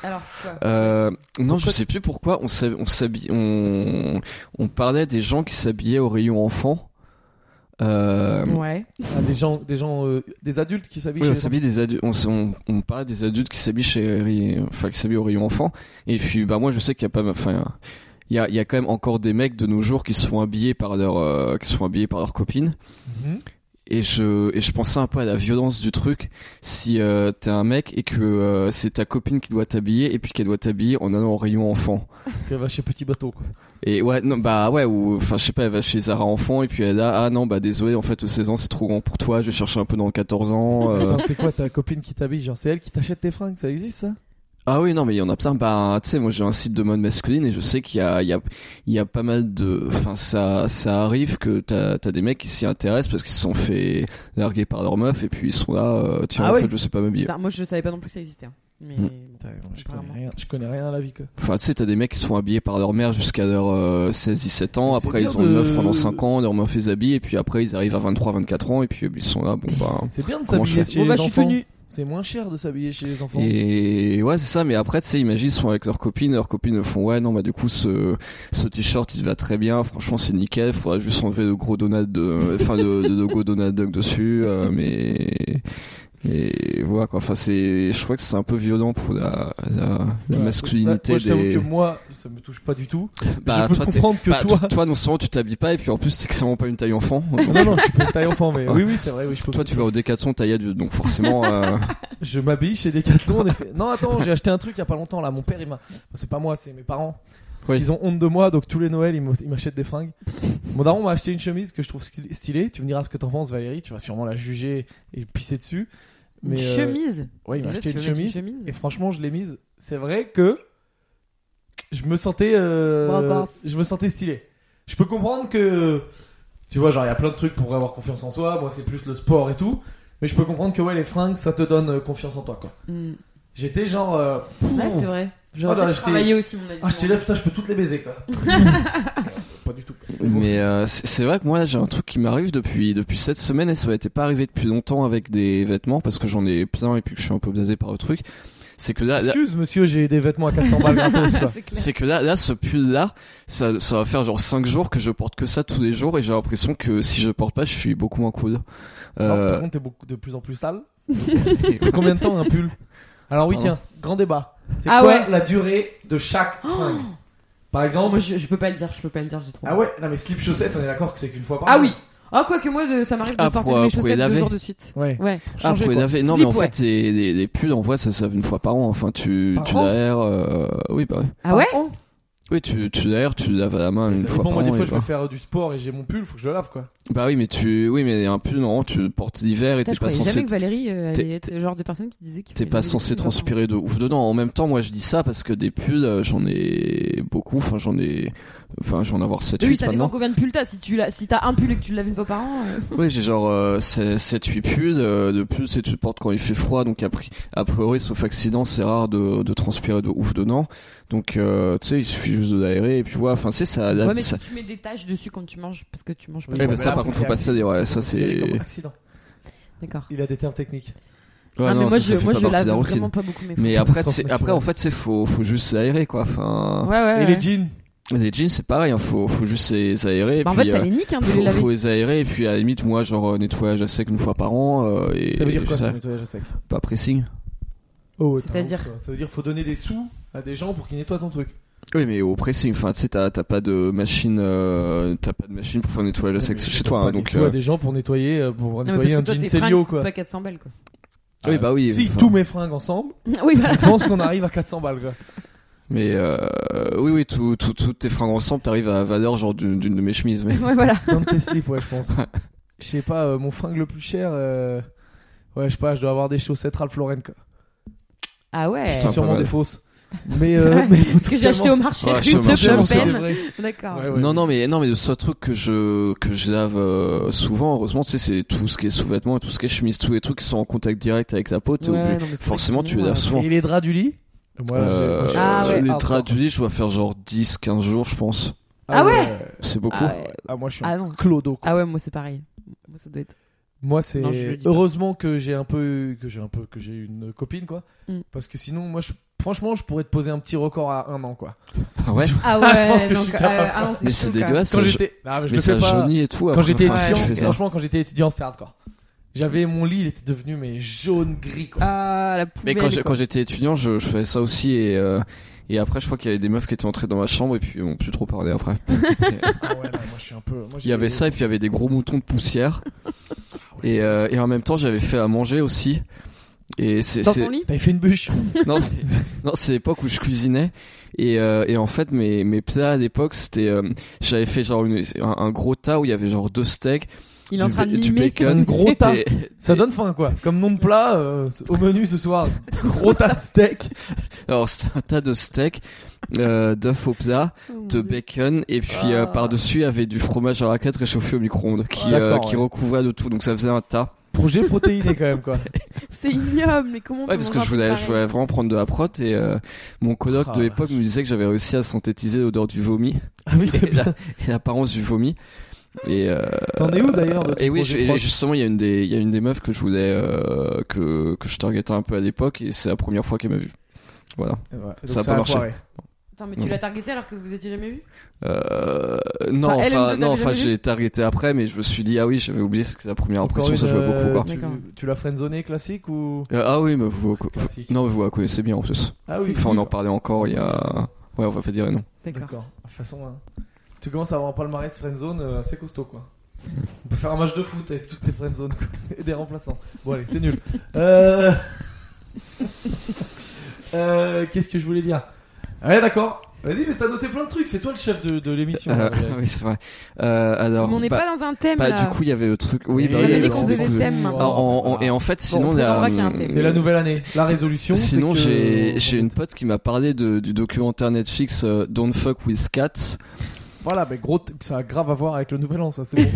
Alors, quoi Euh, non, je sais plus pourquoi on s'hab- on s'habille, on, on parlait des gens qui s'habillaient au rayon enfant. Euh, Ouais. Ah, des gens, des gens, euh, des adultes qui s'habillent. Oui, on chez s'habille des adultes, on, s- on, on parle des adultes qui s'habillent chez, Ri- enfin, qui s'habillent au rayon enfant. Et puis, bah, moi, je sais qu'il y a pas, enfin, il y a, il y a quand même encore des mecs de nos jours qui se font habiller par leur, euh, qui se font habiller par leur copine. Mhm. Et je, et je pensais un peu à la violence du truc. Si euh, t'es un mec et que euh, c'est ta copine qui doit t'habiller et puis qu'elle doit t'habiller en allant au rayon enfant. Qu'elle va chez Petit Bateau. Quoi. Et ouais, non, bah ouais, ou enfin, je sais pas, elle va chez Zara enfant et puis elle a, ah non, bah désolé, en fait, 16 ans c'est trop grand pour toi, je vais chercher un peu dans 14 ans. euh. Attends, c'est quoi ta copine qui t'habille Genre, c'est elle qui t'achète tes fringues, ça existe ça Ah oui, non, mais il y en a plein. Bah, tu sais, moi j'ai un site de mode masculine et je sais qu'il y a, il y, a, il y a pas mal de. Enfin, ça, ça arrive que t'as as des mecs qui s'y intéressent parce qu'ils se sont fait larguer par leur meuf et puis ils sont là, euh, tiens, Ah en oui. fait, je sais pas m'habiller. Putain, moi, je savais pas non plus que ça existait. hein. Mais Hmm. bon. Putain, moi, je Apparemment. connais rien. Je connais rien à la vie. Quoi. Enfin, tu sais, t'as des mecs qui se font habiller par leur mère jusqu'à leur 16-17 ans. Mais c'est Après, bien ils ont une meuf de- pendant 5 ans, leur meuf les habille et puis après, ils arrivent à 23-24 ans et puis euh, ils sont là, bon bah. C'est bien de Comment je s'habiller fais chez Bon, les bah, je suis enfants. venue. C'est moins cher de s'habiller chez les enfants. Et ouais, c'est ça, mais après, tu sais, imagine, ils sont avec leurs copines, leurs copines le font, ouais, non, bah, du coup, ce, ce t-shirt, il te va très bien, franchement, c'est nickel, faudra juste enlever le gros donut de, enfin, le, le logo Donald Duck dessus, *laughs* euh, mais, mais, voilà, quoi, enfin, c'est, je crois que c'est un peu violent pour la, la, la Voilà. masculinité Bah, Moi, je t'avoue des, que moi, ça me touche pas du tout. bah, je peux toi, t'es, comprendre que bah, toi. toi, toi, non seulement tu t'habilles pas, et puis en plus, c'est clairement pas une *laughs* taille enfant. Donc, Non, non, je suis pas taille enfant, mais Ouais. oui, oui, c'est vrai, oui, je peux. Toi, tu vas au décathlon taille adulte, donc forcément, euh, Je m'habille chez Decathlon, en effet. Non, attends, j'ai acheté un truc il y a pas longtemps, là. Mon père, il m'a. C'est pas moi, c'est mes parents. Parce Oui. qu'ils ont honte de moi, donc tous les Noëls, ils m'ont- ils m'achètent des fringues. Mon daron m'a acheté une chemise que je trouve sti- stylée. Tu me diras ce que t'en penses, Valérie. Tu vas sûrement la juger et pisser dessus. Une Mais, euh, chemise. Ouais, il m'a Déjà, acheté tu une veux mettre chemise. Et franchement, je l'ai mise. C'est vrai que je me sentais, euh, Brocance. je me sentais stylé. Je peux comprendre que, tu vois, genre il y a plein de trucs pour avoir confiance en soi. Moi, c'est plus le sport et tout. Mais je peux comprendre que ouais, les fringues, ça te donne euh, confiance en toi, quoi. Hmm. J'étais genre, euh, Ouais, Ouh. c'est vrai. Ah, non, J'aurais j'étais- travaillé aussi mon avis. ah, j'étais là, putain, je peux toutes les baiser, *laughs* quoi. pas du tout. quoi. Mais bon. Mais euh, c'est c'est vrai que moi là j'ai un truc qui m'arrive depuis depuis cette semaine et ça m'était pas arrivé depuis longtemps avec des vêtements parce que j'en ai plein et puis que je suis un peu blasé par le truc. C'est que là, là- Excuse, monsieur, j'ai des vêtements à 400 balles gratos, quoi. C'est clair. c'est que là là ce pull là ça ça va faire genre 5 jours que je porte que ça tous les jours et j'ai l'impression que si je porte pas je suis beaucoup moins cool. Alors, Euh, par contre, t'es beaucoup de plus en plus *laughs* sale. c'est combien de temps un pull Alors oui, Pardon. tiens, grand débat. C'est Ah quoi ouais. la durée de chaque fringue Par Oh, exemple, moi, je, je peux pas le dire, je peux pas le dire, j'ai trop. ah ouais, non mais slip chaussettes, on est d'accord que c'est qu'une fois par Ah mois. oui. Ah, quoique moi, de- ça m'arrive de Ah, porter pour, euh, mes pour les chaussettes deux laver. jours de suite. Ouais. Ouais. ah, changer, pour les quoi. laver- non Slip, mais en ouais. fait les, les, les pulls en vrai ça ça une fois par an enfin tu Par tu an l'aères euh, oui bah Ah ouais Par an. oui tu tu l'aères tu laves à la main Mais une ça fois dépend, par moi an des fois et je bah. vais faire euh, du sport et j'ai mon pull, faut que je le lave quoi. Bah oui mais tu oui mais un pull non tu le portes l'hiver et Putain, t'es je pas croyais censé jamais que Valérie euh, t'es- allait être le genre de personne qui disait qu'il T'es fallait pas laver censé les vêtements. transpirer de ouf dedans. En même temps, moi je dis ça parce que des pulls, euh, j'en ai beaucoup. Enfin, j'en ai. Enfin, j'en ai avoir 7, Oui, 8 ça dépend maintenant. combien de pulls t'as. Si tu l'as- si t'as un pull et que tu le laves une fois par an. euh, Oui, j'ai genre 7, 8 pulls. euh, de plus, c'est tu le portes quand il fait froid. Donc, a pri- a priori, sauf accident, c'est rare de, de transpirer de ouf dedans. Donc, euh, tu sais, il suffit juste de l'aérer. Et puis, voilà. Enfin, c'est ça. la- Ouais, mais ça- si tu mets des taches dessus quand tu manges parce que tu manges pas. Oui, bah, ça, par après, contre, c'est faut pas se dire, ouais, accident, ça, c'est- considéré comme accident. D'accord. Il a des termes techniques. Ouais, Ah, mais non, moi, ça, ça je, fait moi, pas je partie la de la routine. vraiment pas beaucoup. Mes Mais fringues. après, Catastrophe c'est- naturelle. après, en fait, c'est faut, faut juste s'aérer, quoi. Enfin, Ouais, ouais. Et ouais. les jeans les jeans, c'est pareil, hein, faut, faut juste s'aé- s'aérer. et Bah, en puis, fait, ça euh, les nique hein, de les faut, laver. faut les aérer, et puis à la limite, moi, genre, euh, nettoyage à sec une fois par an, euh, et. Ça veut dire et quoi ça, ce nettoyage à sec Pas pressing. oh, ouais, C'est-à-dire t'as Ça veut dire faut donner des sous à des gens pour qu'ils nettoient ton truc. Oui, mais au pressing, enfin, tu sais, t'as t'as pas de machine, euh, t'as pas de machine pour faire un nettoyage à sec chez toi, hein, donc. à euh, des gens pour nettoyer, euh, pour Non, mais nettoyer un parce jean que toi, tes Célio fringues coûtent quoi. Pas 400 balles quoi. Oui, bah oui, Si enfin. tous mes fringues ensemble, Oui, voilà. je pense qu'on arrive à 400 balles quoi. Mais euh, oui, oui, tout, tout, toutes tes fringues ensemble, t'arrives à valeur genre d'une d'une de mes chemises. Mais... Ouais, voilà. Dans tes slips, ouais, je pense. Je sais pas, euh, mon fringue le plus cher, euh, ouais, je sais pas, je dois avoir des chaussettes Ralph Lauren quoi. Ah ouais. Putain, Sûrement pas mal. des fausses. Mais, *laughs* euh, mais Ah. Que j'ai acheté au Ben. marché Ouais, russe Ah, sur le marché, de on sait. Phnom Penh. D'accord. Ouais, ouais. non, non, mais non, mais le seul truc que je que je lave euh, souvent, heureusement, tu sais, c'est tout ce qui est sous-vêtements, et tout ce qui est chemise, tous les trucs qui sont en contact direct avec la peau. t'es Ouais, obligé- non, mais c'est vrai que Forcément, tu les sinon, laves euh, souvent. Et les draps du lit Moi, j'ai- Euh, moi, je- Ah ouais. les hardcore. draps du lit, je dois faire genre 10, 15 jours, je pense. Ah ouais C'est beaucoup. Ah ouais. Ah, moi, je suis Ah un non. clodo. quoi. Ah ouais, moi c'est pareil. Moi ça *laughs* doit être. Moi, c'est Non, je le dis pas. heureusement que j'ai un peu, que j'ai un peu, que j'ai une copine, quoi. Mm. Parce que sinon, moi, je... franchement, je pourrais te poser un petit record à un an, quoi. Ah *laughs* ouais. Ah ouais, je pense que je suis capable. ah non, c'est Mais chaud, c'est quoi. dégueulasse. Quand ça, je- j'étais, Ah, mais je Mais le fais ça pas. jaunit et tout. Quand après, j'étais enfin, si étudiant, tu fais ça. franchement, quand j'étais étudiant, c'était hardcore. J'avais mon lit, il était devenu mais jaune gris, quoi. Ah la Mais poubelle. quand j'ai- quoi. quand j'étais étudiant, je, je faisais ça aussi et euh, et après, je crois qu'il y avait des meufs qui étaient entrées dans ma chambre et puis ils m'ont plus trop parlé après. Ah ouais, non, moi, je suis un peu. moi, Il y avait j'ai- ça et puis il y avait des gros moutons *laughs* de poussière. Ah ouais, Et, c'est- euh, et en même temps, j'avais fait à manger aussi. Et c'est Dans c'est- ton lit T'avais fait une bûche. *laughs* non, c'est- non, c'est l'époque où je cuisinais et, euh, et en fait mes mes plats à l'époque c'était euh, j'avais fait genre une- un, un gros tas où il y avait genre deux steaks, Il est en du train de ba- du mimer bacon, comme- Un gros *laughs* tas. des, Ça donne faim, quoi. Comme nom de plat euh, au menu ce *laughs* soir, gros tas de steak. alors c'était un tas de steaks, euh, d'œufs au plat, hein. *laughs* de bacon et puis euh, Mhm. Ah. par dessus il y avait du fromage à raclette réchauffé au micro-ondes qui Ah, d'accord, euh, qui ouais. recouvrait de tout donc ça faisait un tas. Projet protéiné quand même, quoi. C'est ignoble, mais comment on Ouais, peut parce que manger je voulais, un je truc voulais vraiment prendre de la prot et euh, mon coloc Ah, de la l'époque me disait que j'avais réussi à synthétiser l'odeur *laughs* du vomi Ah oui, c'est et bien. la- et l'apparence du vomi. Et, euh, T'en es où d'ailleurs de ton et oui, projet je- et proche justement, il y a une des, il y a une des meufs que je voulais, euh, que que je targetais un peu à l'époque, et c'est la première fois qu'elle m'a vu. Voilà. Ouais, donc Ça a pas marché. foiré. pareil Attends, mais tu l'as targeté alors que vous étiez jamais vu Euh, non, Enfin, elle, elle enfin, ne non, t'avait enfin, jamais vu j'ai targeté après, mais je me suis dit ah oui, j'avais oublié que la première Encore impression, ça une, jouait beaucoup euh, quoi. tu- D'accord. Tu la friendzonée classique ou Euh, ah oui, mais vous, classique non, mais vous la connaissez bien en plus. Ah oui. Enfin, on en parlait encore il y a, ouais, on va pas dire non. D'accord. D'accord. De toute façon, hein, tu commences à avoir un palmarès friendzone euh, assez costaud quoi. On peut faire un match de foot avec toutes tes friendzones quoi, *laughs* et des remplaçants. Bon allez, c'est nul. Euh... *laughs* euh, Qu'est-ce que je voulais dire Ah Ouais, d'accord. Vas-y, mais t'as noté plein de trucs. C'est toi le chef de, de l'émission. hein, Euh, là, ouais. *laughs* oui, c'est vrai. Euh, alors, Mais on n'est bah, pas dans un thème bah, là. du coup, il y avait le truc. Oui, Et On bah, oui, avait il y dit avait qu'on le faisait truc des de- thèmes, Alors, Alors, en- en- voilà. Ah, et en fait, sinon, on la- préviendra qu'il y a un thème. hein. C'est la nouvelle année, la résolution. c'est Sinon, que- j'ai j'ai une pote qui m'a parlé de, du documentaire Netflix euh, Don't Fuck with Cats. Voilà, mais gros, t- ça a grave à voir avec le nouvel an, ça c'est *laughs* bon.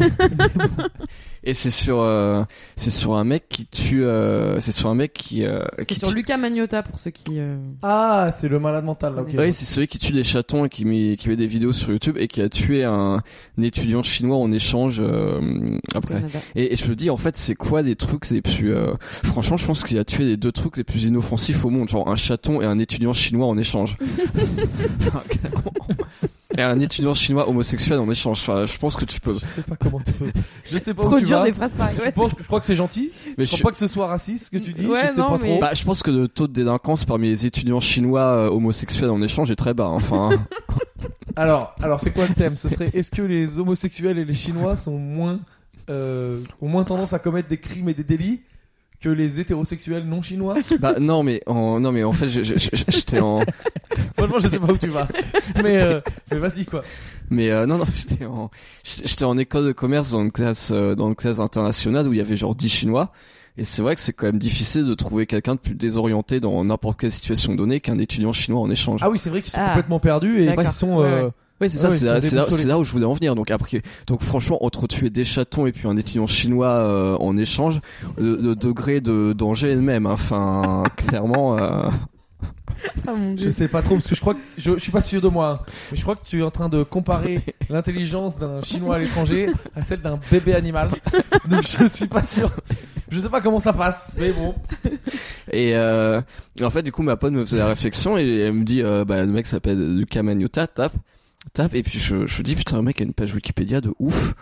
Et c'est sur, euh, c'est sur un mec qui tue. euh, c'est sur un mec qui. euh, C'est qui sur tue- Lucas Magnotta pour ceux qui. euh, ah, c'est le malade mental là, ok. Ouais, c'est celui qui tue des chatons et qui met, qui met des vidéos sur YouTube et qui a tué un, un étudiant chinois en échange euh, après. Canada. Et, et je me dis, en fait, c'est quoi les trucs les plus... euh, Franchement, je pense qu'il a tué les deux trucs les plus inoffensifs au monde, genre un chaton et un étudiant chinois en *laughs* échange. Enfin, clairement. et un étudiant chinois homosexuel en échange. Enfin, je pense que tu peux... Je sais pas comment tu peux. Je sais pas où tu Produire vas. des phrases *laughs* pareilles. Je, ouais, pense- je crois que c'est gentil. Mais Je je, crois pas que ce soit raciste ce que tu dis. Ouais, je sais non, pas mais- trop. bah, je pense que le taux de délinquance parmi les étudiants chinois euh, homosexuels en échange est très bas. hein. Enfin, Alors, alors c'est quoi le thème Ce serait est-ce que les homosexuels et les Chinois sont moins, euh, ont moins tendance à commettre des crimes et des délits que les hétérosexuels non chinois bah, non, mais en, non, mais en fait, je- je- je- j'étais en... Franchement, je sais pas où tu vas. Mais, euh, mais vas-y quoi. Mais euh, non, non, j'étais en, j'étais j'étais en école de commerce dans une classe, euh, dans une classe internationale où il y avait genre 10 Chinois. Et c'est vrai que c'est quand même difficile de trouver quelqu'un de plus désorienté dans n'importe quelle situation donnée qu'un étudiant chinois en échange. Ah oui, c'est vrai qu'ils sont Ah. complètement perdus et D'accord. qu'ils sont. Ouais, euh, ouais. oui, c'est ah ça, ouais, c'est ils là, sont c'est là- déboussolés. c'est là où je voulais en venir. Donc après, donc franchement, entre tuer des chatons et puis un étudiant chinois euh, en échange, le, le degré de danger est le même. hein. Enfin, *laughs* clairement. euh, Ah, mon Je Dieu. sais pas trop parce que je crois que je, je suis pas sûr de moi, hein. mais je crois que tu es en train de *laughs* comparer l'intelligence d'un chinois à l'étranger à celle d'un bébé animal. Donc je suis pas sûr. Je sais pas comment ça passe, mais bon. Et euh, en fait, du coup, ma pote me faisait la réflexion et elle me dit, euh, bah, le mec s'appelle Lucas Magnotta, tape, tape. Et puis je, je me dis, putain, le mec a une page Wikipédia de ouf.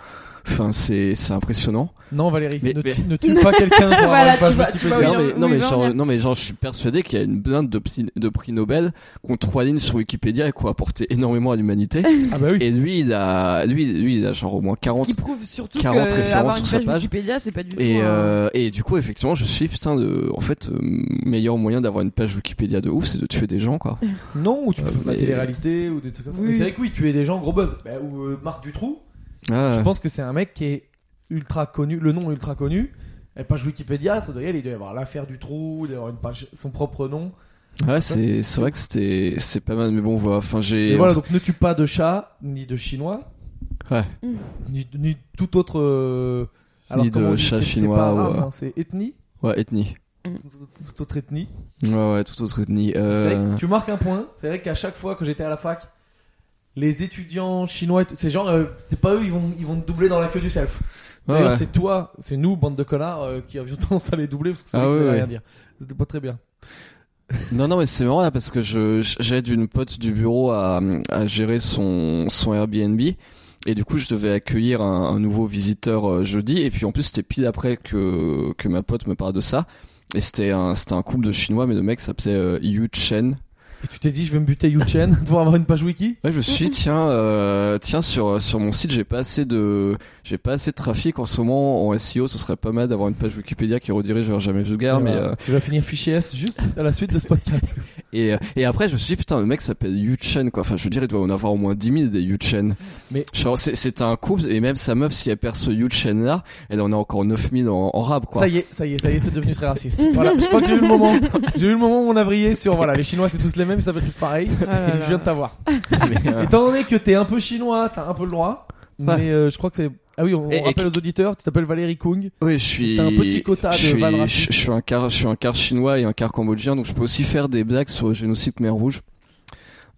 Enfin, c'est c'est impressionnant. Non, Valérie, Mais- ne, mais- Tu, ne tue pas quelqu'un *laughs* pour avoir Voilà, une page tu vas- tu Wikipédia. vas où non, il en- mais, non, où il mais va en genre, venir non, mais genre, je suis persuadé qu'il y a une blinde de, psy- de prix Nobel qui ont trois lignes sur Wikipédia et qui ont apporté énormément à l'humanité. Ah bah oui. Et lui, il a, lui, lui, il a genre au moins Ce 40. qui prouve surtout 40 que références avoir une sur sa page page. Wikipédia, c'est pas du tout. Et, hein. un- euh, et du coup, effectivement, je suis putain de. En fait, euh, meilleur moyen d'avoir une page Wikipédia de ouf, c'est de tuer des gens, quoi. Non, ou tu peux Euh, faire de la mais- télé-réalité ou des trucs comme ça. Oui. Mais c'est vrai que oui, tu es des gens gros buzz. Bah, ou euh, Marc Dutroux, Ah, Euh. je pense que c'est un mec qui est ultra connu, le nom est ultra connu. Et page Wikipédia, ça doit y aller, il doit y avoir l'affaire du trou, il doit y avoir une page, son propre nom. ouais, ça, c'est c'est vrai que c'était c'est pas mal, mais bon, voilà. Enfin, Et, j'ai. voilà, donc ne tue pas de chat, ni de chinois, Ouais. ni, ni tout autre. euh, Ni de comment on dit, chat c'est- chinois, C'est pas race, ouais. hein, c'est ethnie, Ouais, ethnie. toute- toute autre ethnie. Ouais, ouais, toute autre ethnie. C'est vrai Euh... que tu marques un point. C'est vrai qu'à chaque fois que j'étais à la fac, les étudiants chinois, et tout, ces gens, euh, c'est pas eux, ils vont, ils vont te doubler dans la queue du self. ouais, D'ailleurs, ouais. c'est toi, c'est nous, bande de connards, euh, qui avions *laughs* tendance à les doubler parce que c'est Ah vrai que ça ouais, veut ouais. rien dire. C'était pas très bien. Non, non, mais c'est marrant là parce que je j'aide une pote du bureau à, à gérer son, son Airbnb. Et du coup, je devais accueillir un, un nouveau visiteur euh, jeudi. Et puis en plus, c'était pile après que, que ma pote me parle de ça. Et c'était un, c'était un couple de Chinois, mais le mec s'appelait euh, Yu Chen. Et tu t'es dit, je vais me buter Yu Chen *laughs* pour avoir une page wiki Ouais, je me suis dit, tiens, euh, tiens sur, sur mon site, j'ai pas assez de j'ai pas assez de trafic en ce moment en SEO. Ce serait pas mal d'avoir une page Wikipédia qui redirige vers jamais vulgaire. Mais, euh, Tu vas finir fichier S juste à la suite de ce podcast. et, euh, et après, je me suis dit, putain, le mec s'appelle Yu Chen, quoi. Enfin, je veux dire, il doit en avoir au moins 10 000 des Yu Chen. Mais- Genre, c'est, c'est un couple, et même sa meuf, si elle perd ce Yu Chen là, elle en a encore 9 000 en, en rab, quoi. Ça y est, ça y est, ça y est, c'est devenu très raciste. *laughs* voilà, je crois que j'ai eu le moment. J'ai eu le moment où on a vrillé sur voilà, les Chinois c'est tous les mêmes, ça va tous pareil. Ah là et là. je viens de t'avoir. Mais, *laughs* euh, Étant donné que t'es un peu chinois, t'as un peu le droit. Ouais. Mais euh, je crois que c'est. Ah oui, on, on Et- et rappelle aux auditeurs, tu t'appelles Valérie Kung. oui, je suis. T'as un petit quota de je suis, Val je, raciste. je suis un quart, je suis un quart chinois et un quart cambodgien, donc je peux aussi faire des blagues sur le génocide mer rouge.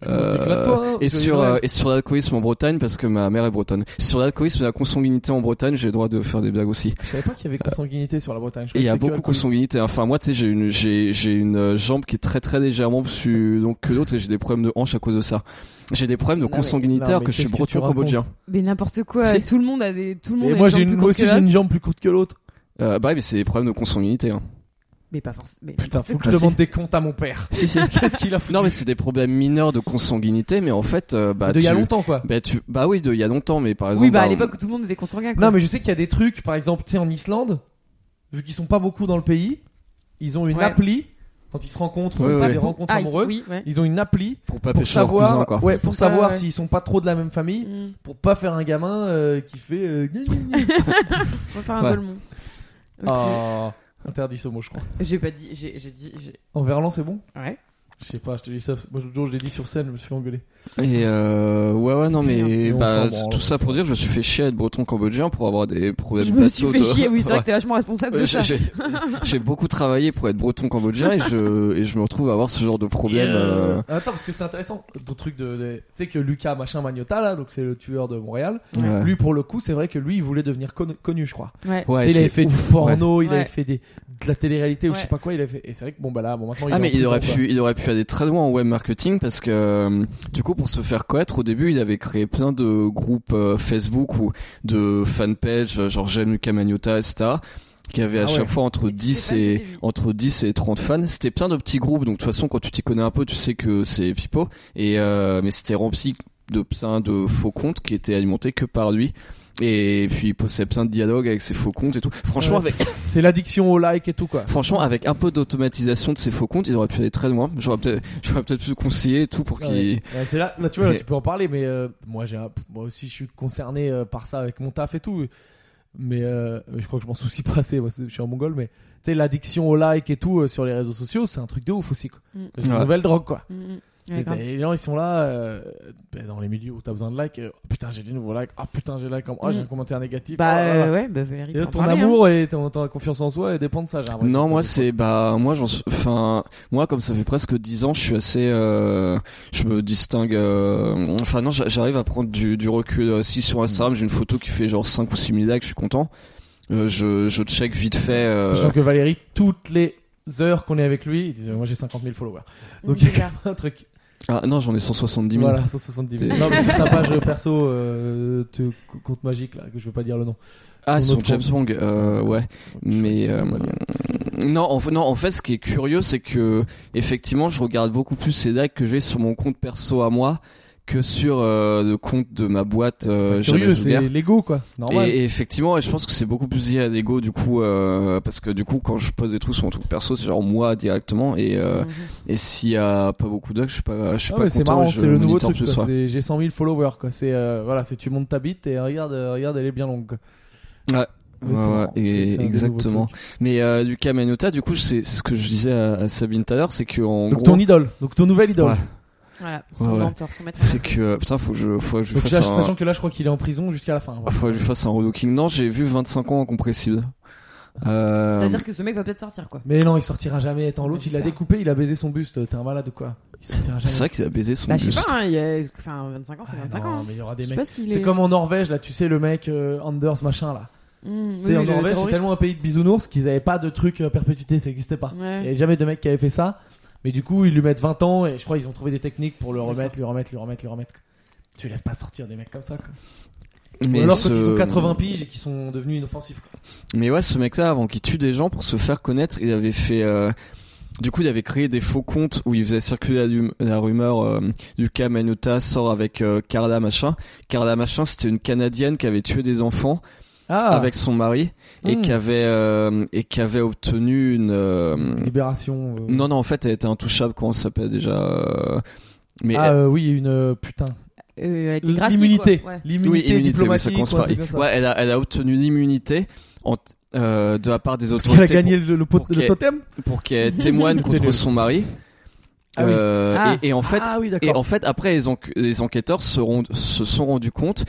Euh, Éclate-toi, hein, joyeux et, sur, Noël. euh, et sur l'alcoolisme en Bretagne, parce que ma mère est bretonne. Sur l'alcoolisme et la consanguinité en Bretagne, j'ai le droit de faire des blagues aussi. Je savais pas qu'il y avait consanguinité sur la Bretagne. Je Et il y a croyais que beaucoup de c'était que consanguinité. Enfin, moi, tu sais, j'ai une, j'ai, j'ai une euh, jambe qui est très très légèrement plus longue que l'autre et j'ai des problèmes de hanche à cause de ça. J'ai des problèmes de Non, mais- consanguinité non, alors mais que je suis qu'est-ce que tu breton cambodgien. Mais n'importe quoi, C'est- tout le monde a des. Tout le alcoolisme. monde a Et moi, des gens j'ai plus une, courts moi que aussi, l'autre. j'ai une jambe plus courte que l'autre. Euh, bah, oui, mais c'est des problèmes de consanguinité. Hein. Mais pas forcément. Putain, faut que je Ah, si. demande des comptes à mon père. Si, si. *laughs* Qu'est-ce qu'il a foutu non, mais c'est des problèmes mineurs de consanguinité, mais en fait, euh, bah, De il tu, y a longtemps, quoi. bah, tu, bah oui, de il y a longtemps, mais par exemple, Oui, bah à on- l'époque où tout le monde était consanguin. quoi. Non, mais je sais qu'il y a des trucs, par exemple, tu sais, en Islande, vu qu'ils sont pas beaucoup dans le pays, ils ont une Ouais. appli. Quand ils se rencontrent, Ouais, c'est ouais. des rencontres Ah, ils- amoureuses. oui, ouais. Ils ont une appli pour pas pour pêcher leur savoir, cousin, quoi. ouais, C'est pour pour ça, savoir ouais. s'ils sont pas trop de la même famille, Mmh. pour pas faire un gamin euh, qui fait. euh, gna, gna, *laughs* gna. Faut faire un Ouais. golemont. Ok. Ah, *laughs* interdit ce mot, je crois. J'ai pas dit. J'ai j'ai dit. j'ai- En verlan, c'est bon Ouais. Je sais pas, je te dis ça. Moi, l'autre jour, je l'ai dit sur scène, je me suis fait engueuler. Et euh, ouais, ouais, non, mais Merde, on bah, s'en branle, tout ça c'est pour dire, je me suis fait chier à être breton cambodgien pour avoir des problèmes Je me suis bateaux fait de- chier. Oui, c'est Ouais. vrai que t'es vachement responsable Euh, Ah, de j'ai- ça. J'ai j'ai beaucoup travaillé pour être breton cambodgien et je, et je me retrouve à avoir ce genre de problème. euh, Ah, Attends, parce que c'est intéressant. Ton truc de. de- Tu sais que Lucas, machin, Magnota, là, donc c'est le tueur de Montréal. euh, ouais. Lui, pour le coup, c'est vrai que lui, il voulait devenir con- connu, je crois. Ouais. Ouais, Tu sais, il c'est avait fait ouf, du porno, il Ouais. avait fait des, de la télé-réalité ou je Ouais. sais pas quoi. Il avait fait... Et c'est vrai que bon, bah là, bon, maintenant ouais. il Ah est mais en il prison, aurait quoi. pu, il aurait pu aller très loin en web marketing parce que euh, du coup pour se faire connaître au début il avait créé plein de groupes euh, Facebook ou de fanpage euh, genre j'aime Lucas Magnotta etc qui avait à Ah ouais. chaque fois entre Mais tu 10 sais pas, et c'était lui. entre 10 et 30 fans c'était plein de petits groupes donc de toute façon quand tu t'y connais un peu tu sais que c'est pipo et euh, mais c'était rempli de plein de faux comptes qui étaient alimentés que par lui et puis il possède plein de dialogues avec ses faux comptes et tout franchement Ouais. avec C'est l'addiction au like et tout, quoi. Franchement, avec un peu d'automatisation de ses faux comptes, il aurait pu aller très loin. J'aurais peut-être, *laughs* j'aurais peut-être pu le conseiller et tout pour Ouais, qu'il. Ah ouais. Ouais, c'est là, là, tu vois, là, Mais- tu peux en parler, mais euh, moi, j'ai, un- moi aussi, je suis concerné euh, par ça avec mon taf et tout. Mais euh, je crois que je m'en soucie pas assez. Moi, c'est- je suis en mongol, mais tu sais, l'addiction au like et tout euh, sur les réseaux sociaux, c'est un truc de ouf aussi. quoi. Mm. C'est une Ouais. nouvelle drogue, quoi. Mm, mm. Et Ouais, grave. les gens ils sont là euh, ben, dans les milieux où t'as besoin de likes. euh, Oh, putain j'ai des nouveaux likes. Ah putain j'ai like. Oh j'ai un Mm. commentaire négatif. Bah Ah, là, là. euh, ouais, bah Valérie. Et faut en ton parler, hein. amour et ton, ta confiance en soi et dépend de ça. J'ai l'impression. non, moi c'est bah moi j'en suis- enfin moi comme ça fait presque 10 ans, je suis assez euh, je me distingue euh, enfin Mm. non, j'a- j'arrive à prendre du, du recul Euh, si sur Instagram, j'ai une photo qui fait genre 5 ou 6 000 likes, je suis content. Euh, je, je check vite fait. euh, Sachant que Valérie, toutes les heures qu'on est avec lui, il disait Moi j'ai 50 000 followers. Donc il y a Bizarre. un truc. Ah non, j'en ai 170 000. Voilà, 170 000. Des- Non, mais sur ta page perso, euh, te- compte magique, là, que je veux pas dire le nom. Ah, Sur sur notre James Bond, euh, ouais. Mais euh, Voilà. non, en, fa- non, en fait, ce qui est curieux, c'est que effectivement, je regarde beaucoup plus les dagues que j'ai sur mon compte perso à moi que sur euh, le compte de ma boîte. Euh, C'est pas curieux, Jamais vulgaire. c'est l'ego, quoi. Normal. Et, et effectivement, et je pense que c'est beaucoup plus lié à l'ego du coup, euh, parce que du coup, quand je pose des trucs sur mon truc perso, c'est genre moi directement, et, euh, et s'il y a pas beaucoup d'actes, je suis pas, je suis Ah pas ouais, content. c'est marrant, je c'est le nouveau monitor truc. plus, quoi. ouais. C'est- J'ai 100 000 followers, quoi. C'est euh, voilà, c'est tu montes ta bite et regarde, euh, regarde, elle est bien longue. quoi. Ouais. Mais Ouais, c'est ouais, marrant, et- c'est- c'est un des nouveaux exactement. trucs. Mais euh, Lucas Magnota, du coup, c'est c'est ce que je disais à, à Sabine tout à l'heure, c'est que en Donc gros, ton idole, donc ton nouvel idole. Ouais. Voilà, son Ouais, ouais. mentor, son maître. c'est que euh, putain, faut que je, faut que je lui Donc, fasse sach- un, sachant que là, je crois qu'il est en prison jusqu'à la fin. voilà. Ah, faut que je lui fasse un relooking. Non, j'ai vu 25 ans en compressible. Euh, C'est-à-dire que ce mec va peut-être sortir quoi. Mais non, il sortira jamais. Attends, l'autre, il l'a J'espère. découpé, il a baisé son buste. T'es un malade ou quoi Il *laughs* sortira jamais. c'est vrai qu'il a baisé son Bah, je sais buste. pas, hein, il y a... enfin, 25 ans, c'est Ah, 25 non, ans. hein. mais il y aura Je des sais mecs. pas s'il est. C'est comme en Norvège, là, tu sais, le mec euh, Anders machin là. Mmh, Tu sais, oui, en le Norvège, c'est terroriste. tellement un pays de bisounours qu'ils avaient pas de truc euh, perpétuité, ça n'existait pas. Il n'y Ouais. avait jamais de mec qui avait fait ça. Mais du coup, ils lui mettent 20 ans et je crois qu'ils ont trouvé des techniques pour le remettre, lui remettre, lui remettre, lui remettre. Tu laisses pas sortir des mecs comme ça. Quoi. Mais Ou alors quand ce- ils ont 80 piges et qu'ils sont devenus inoffensifs. quoi. Mais ouais, ce mec-là, avant qu'il tue des gens pour se faire connaître, il avait fait. euh, Du coup, il avait créé des faux comptes où il faisait circuler la, lum- la rumeur euh, Lucas Manuta sort avec euh, Carla Machin. Carla Machin, c'était une Canadienne qui avait tué des enfants Ah, avec son mari et Hmm. qui avait euh, et qui avait obtenu une. euh, libération. euh. Non, non, en fait, elle était intouchable. Comment ça s'appelle déjà euh, Mais Ah euh, oui, une euh, putain. Euh, avec les gracies, L'immunité. quoi, ouais. L'immunité oui, diplomatique. ça commence ou un par truc I. comme ça. Ouais, elle a, elle a obtenu l'immunité en t- euh, de la part des Parce qu'elle a autorités gagné le, le pot- pour le qu'elle- totem. pour, pour qu'elle *laughs* témoigne C'était contre nul. son mari. Ah oui. Euh, Ah. et, et en fait, ah oui, et d'accord. en fait, après, les, enqu- les enquêteurs se, rend- se sont rendus compte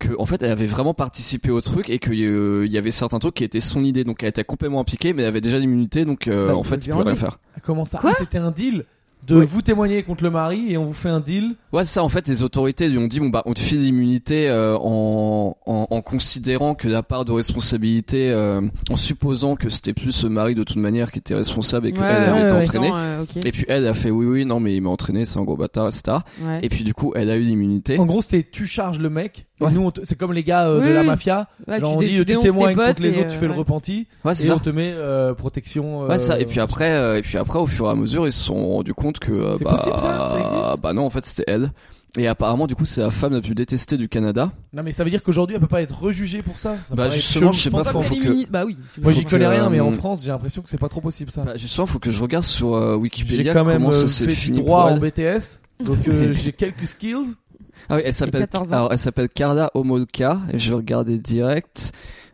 que, en fait, elle avait vraiment participé au truc et qu'il y avait certains trucs qui étaient son idée. Donc, elle était complètement impliquée, mais elle avait déjà l'immunité. Donc, euh, Bah, en il fait, faut il lui pouvait rien enlever. faire. Comment ça Quoi Ah, C'était un deal de Oui. vous témoigner contre le mari et on vous fait un deal. Ouais, c'est ça, en fait, les autorités lui ont dit, bon, bah, on te file l'immunité euh, en, en, en considérant que la part de responsabilité, euh, en supposant que c'était plus ce mari de toute manière qui était responsable et qu'elle Ouais, avait ouais, été ouais. entraînée. Non, euh, ok. Et puis elle a fait oui oui non mais il m'a entraîné c'est un gros bâtard etc Ouais. et puis du coup elle a eu l'immunité En gros, c'était tu charges le mec. et Ouais. Nous, on te- c'est comme les gars euh, de Oui, la oui. Bah, mafia. Ouais, genre, on dé- dit tu dénonces témoignes tes contre potes les et, autres, tu fais le euh, repenti ouais et c'est ça on te met euh, protection. Ouais, euh, ça. Et puis après, euh, et puis après, au fur et à mesure, ils se sont rendus compte que euh, C'est bah, possible, ça Ça existe bah non, en fait, c'était elle. Et apparemment, du coup, c'est la femme la plus détestée du Canada. Non, mais ça veut dire qu'aujourd'hui, elle peut pas être rejugée pour ça. Ça Bah, paraît chelou. justement, je sais pas, pense que- ouais, faut- faut que- l'immunité- Bah oui. tu- euh, Moi, j'y que, connais rien, mais en euh, France, j'ai l'impression que c'est pas trop possible ça. Bah, justement, faut que je regarde sur euh, J'ai Wikipédia quand même comment euh, ça fait s'est du fini droit pour en elle. BTS, *laughs* donc euh, j'ai quelques skills. Ah oui, elle s'appelle. 14 ans. Alors, elle s'appelle Carla Omolka. Et je vais regarder direct.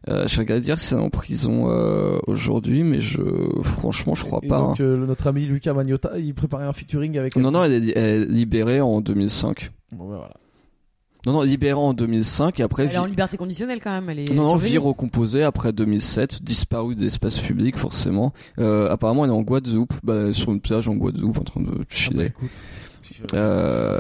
Euh, je vais regarder dire si elle est en prison euh, aujourd'hui, mais je, franchement, je crois Et pas. donc euh, notre ami Lucas Magnota, il préparait un featuring avec. hein. elle. Non, non, elle est, elle est libérée en 2005. Bon, bah, voilà. Non, non, libérée en 2005 et après. Elle est en vi- liberté conditionnelle quand même. Elle est Non, non, surveillée. vie recomposée après 2007, disparue de l'espace public forcément. Euh, apparemment, elle est en Guadeloupe, bah, sur une plage en Guadeloupe en train de Ah, bah, chiller. écoute. Euh,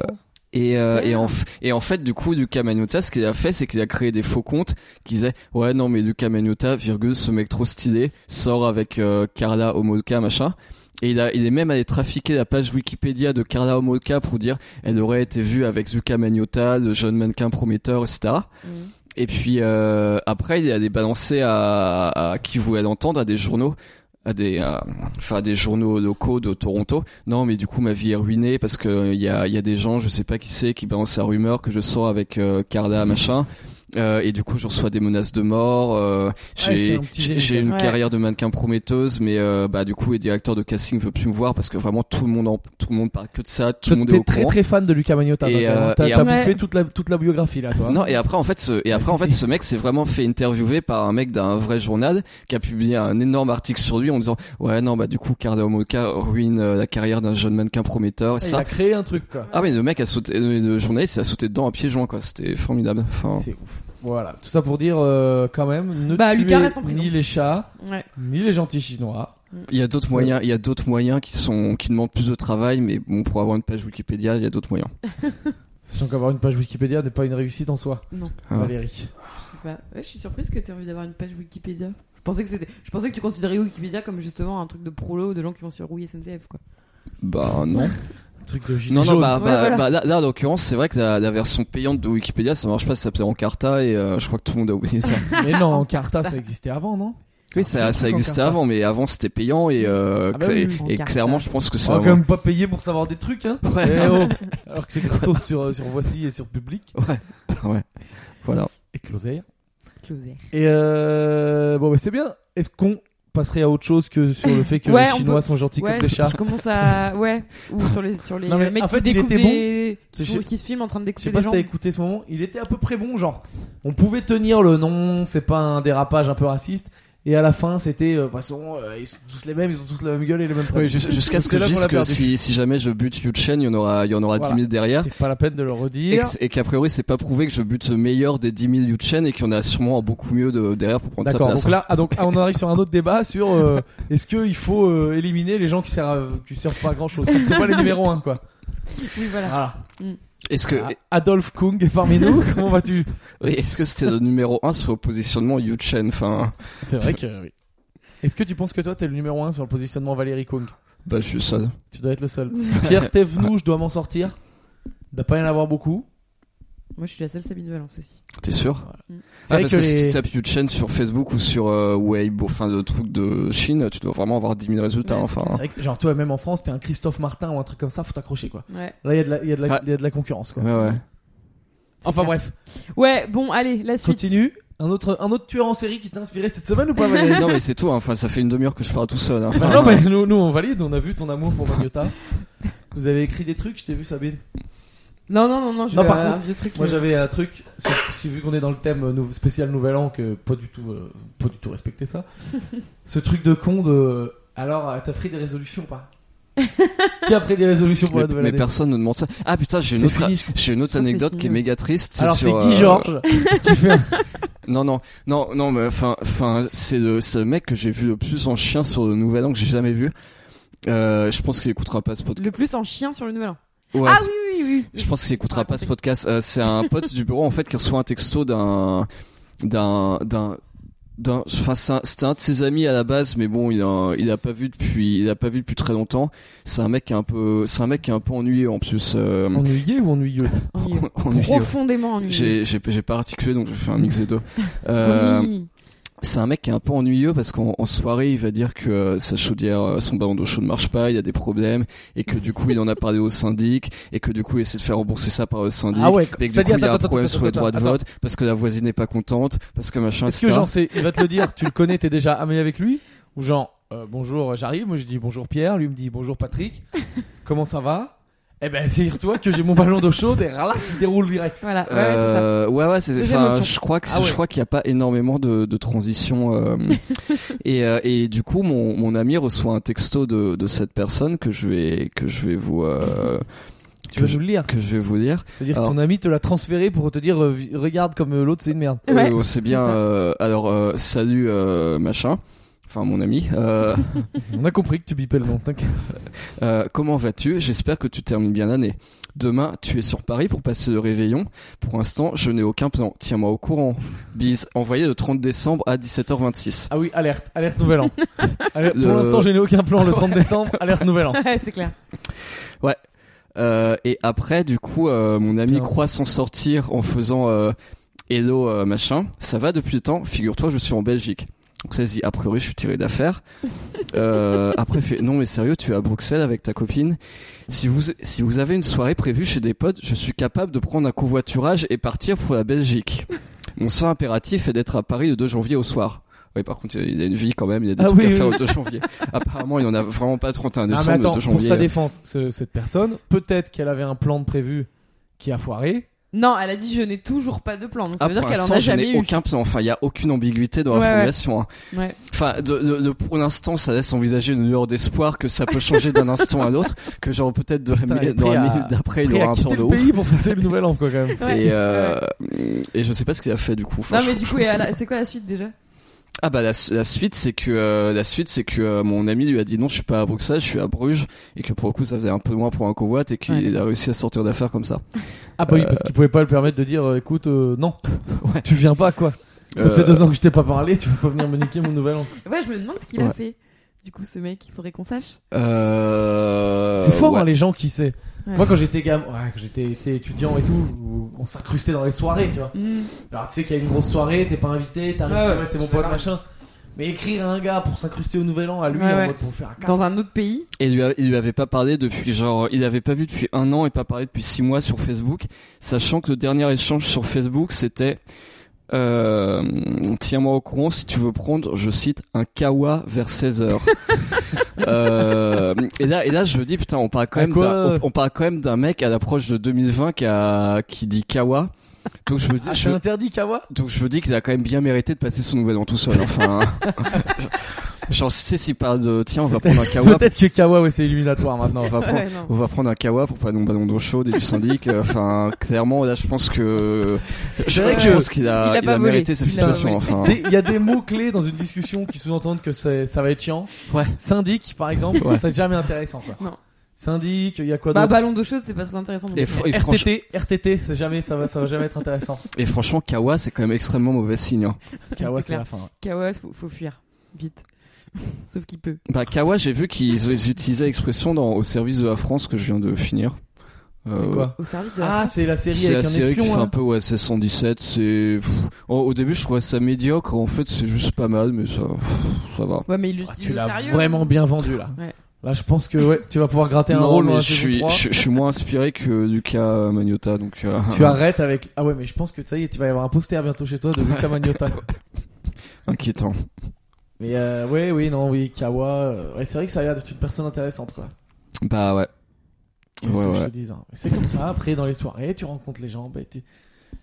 et, euh, et, en, f- et en fait, du coup, Lucas Magnotta, ce qu'il a fait, c'est qu'il a créé des faux comptes qui disaient Ouais, non, mais Lucas Magnotta, virgule, ce mec trop stylé, sort avec euh, Carla Homolka, machin. Et il, a, il est même allé trafiquer la page Wikipédia de Carla Homolka pour dire Elle aurait été vue avec Lucas Magnotta, le jeune mannequin prometteur, etc. Mhm. Et puis euh, après, il y a des balancés à, à qui voulait l'entendre, à des journaux, à des, à- enfin à des journaux locaux de Toronto. Non, mais du coup, ma vie est ruinée parce que euh, il y a, il y a des gens, je sais pas qui c'est, qui balancent la rumeur que je sors avec euh, Carla, machin. Euh, et du coup, je reçois des menaces de mort. euh, c'est j'ai un petit j'ai- génie, j'ai une quoi. Ouais. carrière de mannequin prometteuse, mais euh, bah du coup, les directeurs de casting veulent plus me voir parce que vraiment tout le monde, en, tout le monde parle que de ça, tout le monde est T'es au très courant. très fan de Lucas Magnotta. toi, Et, quand même. euh, T'as et t'as après- bouffé toute la toute la biographie là, toi. Non, et après, en fait, ce, et après, Ouais, en si, fait, si. ce mec s'est vraiment fait interviewer par un mec d'un vrai journal qui a publié un énorme article sur lui en disant, ouais, non, bah, du coup, Carla Omoka ruine euh, la carrière d'un jeune mannequin prometteur, et Il ça. a créé un truc quoi. Ah, mais le mec a sauté, le, le journaliste, il a sauté dedans à pieds joints, quoi. C'était formidable. Enfin, C'est ouf. Voilà, tout ça pour dire euh, quand même ne Bah, tuez Lucas reste en prison. ni les chats, Ouais. ni les gentils chinois. il y a d'autres moyens, il y a d'autres moyens qui sont, qui demandent plus de travail, mais bon, pour avoir une page Wikipédia, il y a d'autres moyens. Sachant qu'avoir une page Wikipédia n'est pas une réussite en soi, Non, Ah. Valérie. je sais pas. Ouais, je suis surprise que t'aies envie d'avoir une page Wikipédia. Je pensais que c'était. Je pensais que tu considérais Wikipédia comme justement un truc de prolo de gens qui vont sur Wii SNCF quoi. Bah non. Truc de gilet Non, non, jaune. bah, Ouais, bah, voilà. bah, là, là, en l'occurrence, c'est vrai que la, la version payante de Wikipédia, ça marche pas, ça s'appelle Encarta et euh, je crois que tout le monde a oublié ça. Mais non, Encarta, ça existait avant, non oui, ça, ça existait avant, mais avant c'était payant et, euh, Ah bah que- oui, et- oui. et Encarta. clairement, je pense que On ça. va quand même pas payer pour savoir des trucs, hein *laughs* Ouais. Oh, Eh *laughs* oh. Alors que c'est gratos sur, euh, sur Voici et sur Public. ouais. Voilà. Et Closer. Closer. Et euh, bon, bah, c'est bien. Est-ce qu'on passerait à autre chose que sur le fait que *laughs* Ouais, les on Chinois peut- sont gentils Ouais, comme des chats je commence à ouais ou sur les sur les Non, mais mecs en fait, il qui découpent était bon. des qui, Je sont- sais- qui se filment en train de Je découper sais pas des si gens. t'as écouté ce moment, il était à peu près bon, genre on pouvait tenir le nom, c'est pas un dérapage un peu raciste, et à la fin c'était euh, de toute façon euh, ils sont tous les mêmes, ils ont tous la même gueule et les mêmes *laughs* Oui, problèmes. jus- jusqu'à ce C'est que je là qu'on dise l'a que perdu. si, si jamais je bute Yuchen, il y en aura, il y en aura Voilà. 10 000 derrière. C'est pas la peine de le Et redire. que- et qu'a priori, c'est pas prouvé que je bute le meilleur des 10 000 Yuchen et qu'il y en a sûrement un beaucoup mieux de, derrière pour prendre sa D'accord, place. donc là ah, donc, ah, on arrive sur un autre débat sur euh, est-ce qu'il faut euh, éliminer les gens qui servent, qui servent pas à grand chose. C'est pas les numéros 1 quoi. Oui voilà. Voilà. Est-ce que, Ah, Adolphe Kung est parmi nous, *laughs* comment vas-tu oui, est-ce que c'était le numéro 1 sur le positionnement Yuchen? Enfin, C'est vrai que oui. Est-ce que tu penses que toi t'es le numéro 1 sur le positionnement Valérie Kung bah, je suis seul. Tu dois être le *laughs* seul. Pierre Thévenoud, je dois m'en sortir. Il doit pas y en avoir beaucoup. Moi je suis la seule Sabine Valence aussi. T'es sûr? C'est Ah, vrai parce que, que si les- tu tapes Yuchen sur Facebook ou sur euh, Weibo, enfin le truc de Chine, tu dois vraiment avoir 10 000 résultats. Ouais, enfin, C'est vrai que, genre, toi, même en France, t'es un Christophe Martin ou un truc comme ça, faut t'accrocher, quoi. Ouais. Là, il y, a de la- y a de la- Ouais. y a de la concurrence, quoi. ouais, ouais. Enfin, clair. bref, Ouais bon allez la suite. continue. Un autre, un autre tueur en série qui t'a inspiré cette semaine ou pas, Valérie *laughs* non mais c'est tout. hein. Enfin, ça fait une demi-heure que je parle tout seul. hein. Bah Enfin, Non, mais nous, nous, on valide, on a vu ton amour pour Magnota. Vous avez écrit des trucs, je t'ai vu, Sabine. Non non non non. Je Non, vais, par euh, contre, un vieux truc. Moi, euh, j'avais un truc, si, si vu qu'on est dans le thème euh, nou- spécial Nouvel An, que pas du tout, euh, pas du tout respecter ça. Ce truc de con de. Alors, euh, t'as pris des résolutions ou pas *laughs* Qui a pris des résolutions pour mais- la nouvelle mais année personne ne demande ça. Ah putain, j'ai une C'est autre, fini, je j'ai une autre Ça, c'est anecdote qui est fini. méga triste. Alors c'est sur, Guy euh, *laughs* Georges qui fait un- Non, non, non, non, mais enfin, enfin, c'est le, c'est le mec que j'ai vu le plus en chien sur le Nouvel An que j'ai jamais vu. Euh, je pense qu'il écoutera pas ce podcast. Le plus en chien sur le nouvel an. Ouais, ah c'est- oui oui oui. oui. Je pense qu'il écoutera pas ce podcast. Euh, c'est un pote du bureau en fait qui reçoit un texto d'un d'un d'un d'un. Enfin, c'est un- c'était un de ses amis à la base, mais bon, il a il a pas vu depuis il a pas vu depuis très longtemps. C'est un mec qui est un peu c'est un mec qui est un peu ennuyeux en plus. euh, Ennuyé ou ennuyeux Oh, *laughs* Ennuyeux. ennuyeux. Profondément ennuyeux. J'ai j'ai j'ai pas articulé donc je fais un mix des deux. Euh, Oui. c'est un mec qui est un peu ennuyeux parce qu'en en soirée, il va dire que euh, sa chaudière, euh, son ballon d'eau chaude ne marche pas, il y a des problèmes, et que du coup, il en a parlé au syndic, et que du coup, il essaie de faire rembourser ça par le syndic. Ah ouais, et que du coup, c'est-à-dire- il y a un attends, problème attends, sur les attends, droits de attends. vote, parce que la voisine n'est pas contente, parce que machin, Est-ce que etc. genre c'est- il va te le dire, tu le connais, t'es déjà ami avec lui Ou genre euh, bonjour, j'arrive, moi je dis bonjour Pierre, lui me dit bonjour Patrick, comment ça va Eh ben figure-toi que j'ai mon ballon d'eau chaude et là qui déroule direct. Voilà. ouais, ouais, c'est ça. Euh, ouais ouais c'est Deuxième enfin option. je crois que Ah ouais. je crois qu'il n'y a pas énormément de, de *laughs* transition euh, et, euh, et du coup mon, mon ami reçoit un texto de, de cette personne que je vais que je vais vous euh, Tu vas nous le lire. que je vais vous lire C'est-à-dire que Alors- ton ami te l'a transféré pour te dire euh, vi- regarde comme euh, l'autre c'est une merde. Ouais, Euh, c'est bien. c'est ça. euh, alors, euh, salut, euh, machin. Enfin, mon ami. *laughs* Euh, On a compris que tu bipais le nom, t'inquiète. euh, comment vas-tu J'espère que tu termines bien l'année. Demain, tu es sur Paris pour passer le réveillon. Pour l'instant, je n'ai aucun plan. Tiens-moi au courant. Bise. Envoyé le 30 décembre à 17h26. Ah oui, alerte, alerte nouvel an. *laughs* Alerte- Pour Le- l'instant je n'ai aucun plan le *laughs* 30 décembre, alerte nouvel an. *laughs* Ah, Ouais, c'est clair. Euh, et après, du coup, euh, mon ami Bien. croit s'en sortir en faisant euh, Hello, euh, machin. Ça va depuis le temps. Figure-toi, je suis en Belgique. Donc ça se dit, a priori, je suis *laughs* tiré d'affaire. Euh, après, il fait, non mais sérieux, tu es à Bruxelles avec ta copine. Si vous, si vous avez une soirée prévue chez des potes, je suis capable de prendre un covoiturage et partir pour la Belgique. Mon seul impératif est d'être à Paris le 2 janvier au soir. Oui, par contre, il y a une vie quand même, il y a des Ah trucs oui, à faire oui. le 2 *laughs* janvier. Apparemment, il n'y en a vraiment pas 31 Ah décembre, mais attends, le pour 2 janvier. euh. sa défense, ce- cette personne, peut-être qu'elle avait un plan de prévu qui a foiré. Non, elle a dit je n'ai toujours pas de plan. Donc ça Ah, veut dire pour qu'elle en l'instant, a je jamais n'ai eu. aucun plan. Enfin, il n'y a aucune ambiguïté dans la Ouais, ouais. formulation. hein. Ouais. Enfin, de, de- de- pour l'instant, ça laisse envisager une lueur d'espoir que ça peut changer d'un instant à l'autre, que genre peut-être de la, Putain, mi- et dans la prêt à- minute d'après, il Prêt aura à un plan quitter de le ouf. pays pour passer le nouvel an, quoi, quand *laughs* même. Ouais. Et, euh, et je sais pas ce qu'il a fait du coup. Enfin, Non je- mais du je- coup, et à la- c'est quoi la suite déjà Ah bah la, su- la suite c'est que euh, la suite c'est que euh, mon ami lui a dit non je suis pas à Bruxelles je suis à Bruges et que pour le coup ça faisait un peu loin pour un convoi et qu'il a réussi à sortir d'affaire comme ça. Ah bah oui, parce qu'il pouvait pas le permettre de dire euh, écoute, euh, non, Euh. Ouais. tu viens pas quoi. Ça Euh, fait deux ans que je t'ai pas parlé, tu veux pas venir me niquer mon nouvel an. Ouais, je me demande ce qu'il a Ouais. fait. Du coup, ce mec, il faudrait qu'on sache. Euh, C'est fort ouais. hein, les gens qui sait. Ouais. Moi quand j'étais gamin, ouais, quand j'étais tu sais, étudiant et tout, où on s'incrustait dans les soirées, tu vois. Hmm. Alors tu sais qu'il y a une grosse soirée, t'es pas invité, t'arrives, Ouais, ouais, c'est mon je fais pote pas. machin. Mais écrire à un gars pour s'incruster au nouvel an à lui Ouais, en ouais. mode pour faire un cap- Bah. Dans un autre pays. Et lui a- il lui avait pas parlé depuis genre il avait pas vu depuis un an et pas parlé depuis six mois sur Facebook, sachant que le dernier échange sur Facebook c'était euh, tiens-moi au courant si tu veux prendre, je cite, un kawa vers *laughs* 16h. euh, et là, et là, je me dis, putain, on parle quand À même quoi d'un, on, on parle quand même d'un mec à l'approche de 2020 qui a, qui dit kawa. Donc je me dis, Ah, je c'est me- interdit Kawa donc je me dis qu'il a quand même bien mérité de passer son nouvel an tout seul. *laughs* Enfin, genre, tu sais, s'il parle de, tiens, on va prendre un kawa Peut-être que Kawa ouais, c'est illuminatoire maintenant. *laughs* on va, prendre, Ouais, non. on va prendre un kawa pour pas nous ballon d'eau chaude et du syndic. Euh, Enfin, clairement, là, je pense que je, vrai je que pense qu'il il a, a il pas a volé. mérité sa Il a pas situation. volé. Enfin, Des- Il y a des mots clés dans une discussion qui sous-entendent que c'est- ça va être chiant. Ouais. Syndic, par exemple, Ouais. c'est jamais intéressant. Quoi. Non. Syndic, il y a quoi Bah, d'autre ballon d'eau chaude, c'est pas très intéressant. non et, plus. fr- et franch- RTT, RTT, c'est jamais, ça va, ça va jamais être *laughs* intéressant. et franchement, kawa, c'est quand même extrêmement mauvais signe. hein. Kawa, C'est c'est clair. la fin. ouais. Kawa, faut, faut fuir. Vite. *laughs* Sauf qu'il peut. Bah, kawa, j'ai vu qu'ils ils utilisaient l'expression dans au service de la France que je viens de finir. Euh, C'est quoi Au service de la Ah, France. c'est la série c'est avec la un série qui espion. fait hein. un peu ouais, c'est 117, c'est pff, au- au début je trouvais ça médiocre, en fait c'est juste pas mal mais ça pff, ça va. Ouais, mais il le Ah, dit tu au l'as sérieux. hein. vraiment bien vendu là. Ouais. Là, je pense que ouais, tu vas pouvoir gratter un Non, rôle. mais dans la je saison suis 3. je, je suis moins inspiré que Lucas Magnotta donc euh, Tu arrêtes avec. Ah ouais, mais je pense que ça y est, tu vas y avoir un poster bientôt chez toi de Luca *laughs* Magnotta. *laughs* inquiétant. mais euh, ouais, oui, non, oui, Kawa. euh, Ouais, c'est vrai que ça a l'air d'être une personne intéressante quoi. Bah ouais. Qu'est-ce Ouais, que je ouais. te dis, hein. C'est comme ça, après dans les soirées, tu rencontres les gens, bah, t'es-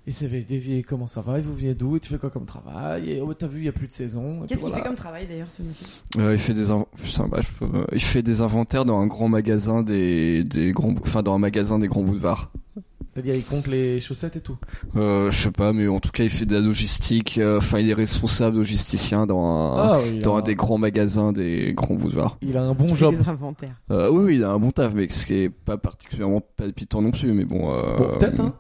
et c'est des vieilles, comment ça va, et vous venez d'où, et tu fais quoi comme travail, et oh, t'as vu, il y a plus de saison. et puis Qu'est-ce qu'il voilà. fait comme travail d'ailleurs, ce monsieur Euh, il fait des inv- Putain, bah, je peux- euh, il fait des inventaires dans un grand magasin des des grands enfin dans un magasin des grands boulevards. C'est-à-dire, il compte les chaussettes et tout. Euh, je sais pas mais en tout cas il fait de la logistique euh, enfin il est responsable logisticien dans un Ah, oui, il, dans a, un des grands magasins des grands boulevards. il a un Il bon fait job. des inventaires. Euh, oui, oui, il a un bon taf, mais ce qui est pas particulièrement palpitant non plus, mais bon. Euh, Bon, peut-être, hein.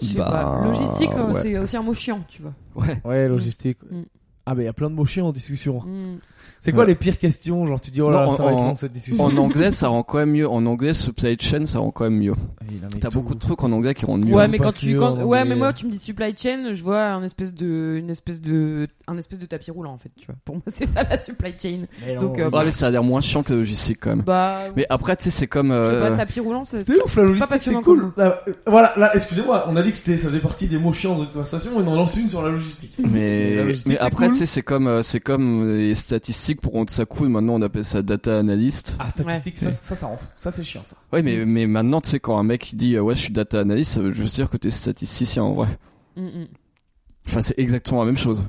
Je sais Bah, pas. Logistique, euh, ouais. c'est aussi un mot chiant, tu vois. Ouais. Ouais, logistique. Mm. Ah, mais il y a plein de mots chiants en discussion. Hmm. C'est quoi Ouais. les pires questions Genre, tu dis, oh là, Non, là, ça va en- être en- long cette discussion. En anglais, ça rend quand même mieux. En anglais, supply chain, ça rend quand même mieux. Ah, Il en met T'as tout. beaucoup de trucs en anglais qui rendent mieux. hein. Ouais, on mais quand passe tu mieux quand- en ouais, anglais. mais moi tu me dis supply chain, je vois un espèce de une espèce de un espèce de tapis roulant en fait, tu vois. Pour moi, *laughs* c'est ça la supply chain. Mais non, Donc, euh, mais- Ouais, Ah, mais ça a l'air moins chiant que la logistique quand même. Bah Mais après, tu sais, c'est comme. je sais euh, pas, tapis roulant, c'est C'est ouf, la logistique, passionnant c'est cool. comme Là, euh, voilà, là, excusez-moi, on a dit que c'était, ça faisait partie des mots chiants de notre conversation, et on en lance une sur la logistique. Mhm. La Mais, logistique, mais c'est après, cool. tu sais, c'est comme, euh, c'est comme les statistiques pour rendre ça cool. Maintenant, on appelle ça data analyst. Ah, statistique, ça, Ouais. ça, ça rend fou. Ça, c'est chiant, ça. Ouais, mais, mais maintenant, tu sais, quand un mec il dit euh, ouais, je suis data analyst, ça veut juste dire que t'es statisticien en vrai. Mm, mm. Enfin, c'est exactement la même chose.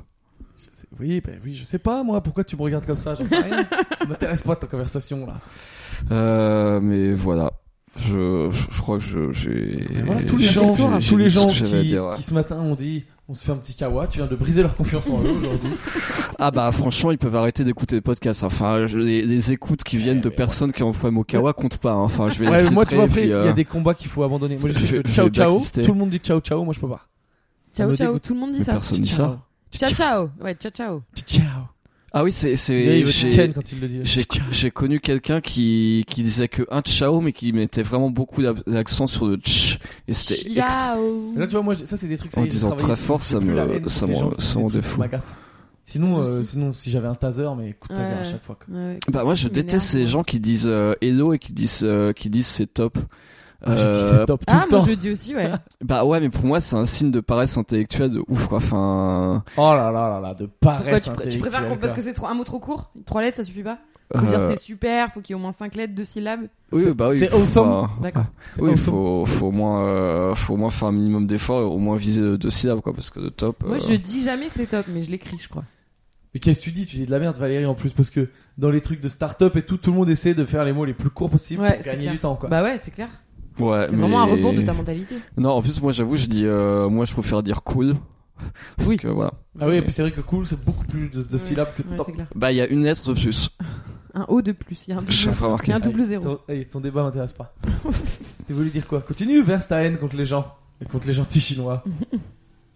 Je sais- Oui, ben oui, je sais pas moi, pourquoi tu me regardes comme ça, j'en sais *laughs* rien. Ça m'intéresse pas ta conversation là. Euh, mais voilà. Je, je, je crois que je- j'ai. Et voilà, tous les j'ai- gens, j'ai- j'ai tous les dit tout gens hein. ce que qui, j'avais à dire, ouais. qui ce matin ont dit on se fait un petit kawa, tu viens de briser leur confiance en eux aujourd'hui. Ah bah franchement, ils peuvent arrêter d'écouter les podcasts. Enfin, je- les, les écoutes qui viennent Ouais, de mais personnes qui ont un problème au kawa comptent pas. hein. Enfin, je vais Ouais, les moi filtrer, tu vois après, puis, il y euh, a des combats qu'il faut abandonner. Moi je je sais vais- que je ciao vais ciao, blacklister. tout le monde dit ciao ciao, moi je peux pas. *laughs* Ciao me ciao, dégoûte. tout le monde dit mais ça. personne dit ça. Ciao ciao. Ouais, ciao ciao. Dis Ciao. Ah oui, c'est Il y a- c'est il veut te tienne j'ai quand il le dit. j'ai- j'ai connu quelqu'un qui qui disait que un ciao mais qui mettait vraiment beaucoup d'ab- d'accent sur le tch et c'était ex- Ciao. Mais Là tu vois moi j'ai- ça c'est des trucs ça En y est, j'ai disant travaillé. très fort, C'est ça plus me- la haine ça des me- gens qui ça disent me des rend de trucs qui fou. m'agacent. Sinon euh, Aussi. sinon si j'avais un taser mais coup de taser Ouais. à chaque fois. quoi. Ouais. Bah moi, je Tu m'énerves. déteste ces gens qui disent euh, hello et qui disent euh, qui disent c'est top. Ah, j'ai dit, Euh, c'est top tout Ah, le moi temps. je le dis aussi, *laughs* ouais. Bah ouais, mais pour moi, c'est un signe de paresse intellectuelle de ouf, quoi. Enfin, Oh là là là là de Pourquoi paresse tu, pr- tu préfères qu'on intellectuelle, parce quoi. que c'est trop- un mot trop court, trois lettres ça suffit pas. Faut euh, dire c'est super, faut qu'il y ait au moins cinq lettres, deux syllabes. oui, c'est- bah oui. c'est faut- awesome. D'accord. C'est Oui, pas faux. faut, faut au moins, euh, faut au moins faire un minimum d'efforts, et au moins viser le- deux syllabes, quoi, parce que le top. Moi euh, je dis jamais c'est top, mais je l'écris, je crois. Mais qu'est-ce que tu dis Tu dis de la merde, Valérie, en plus, parce que dans les trucs de start-up et tout, tout le monde essaie de faire les mots les plus courts possibles Ouais, pour c'est gagner clair. du temps, quoi. Bah ouais, c'est clair. ouais, C'est vraiment un mais- rebours de ta mentalité. Non, en plus, moi, j'avoue, je dis, euh, moi, je préfère dire cool. Parce Oui. que voilà. Ah oui, et Mais- puis c'est vrai que cool, c'est beaucoup plus de, de Ouais. syllabes que Ouais, top. c'est clair. Bah, il y a une lettre de plus. Un O de plus. Ah, Il y a un double- Je me ferai il y remarquer. a un double Allez, zéro. Ton, allez, ton débat m'intéresse pas. *laughs* tu voulais dire quoi Continue, verse ta haine contre les gens. Et contre les gentils chinois.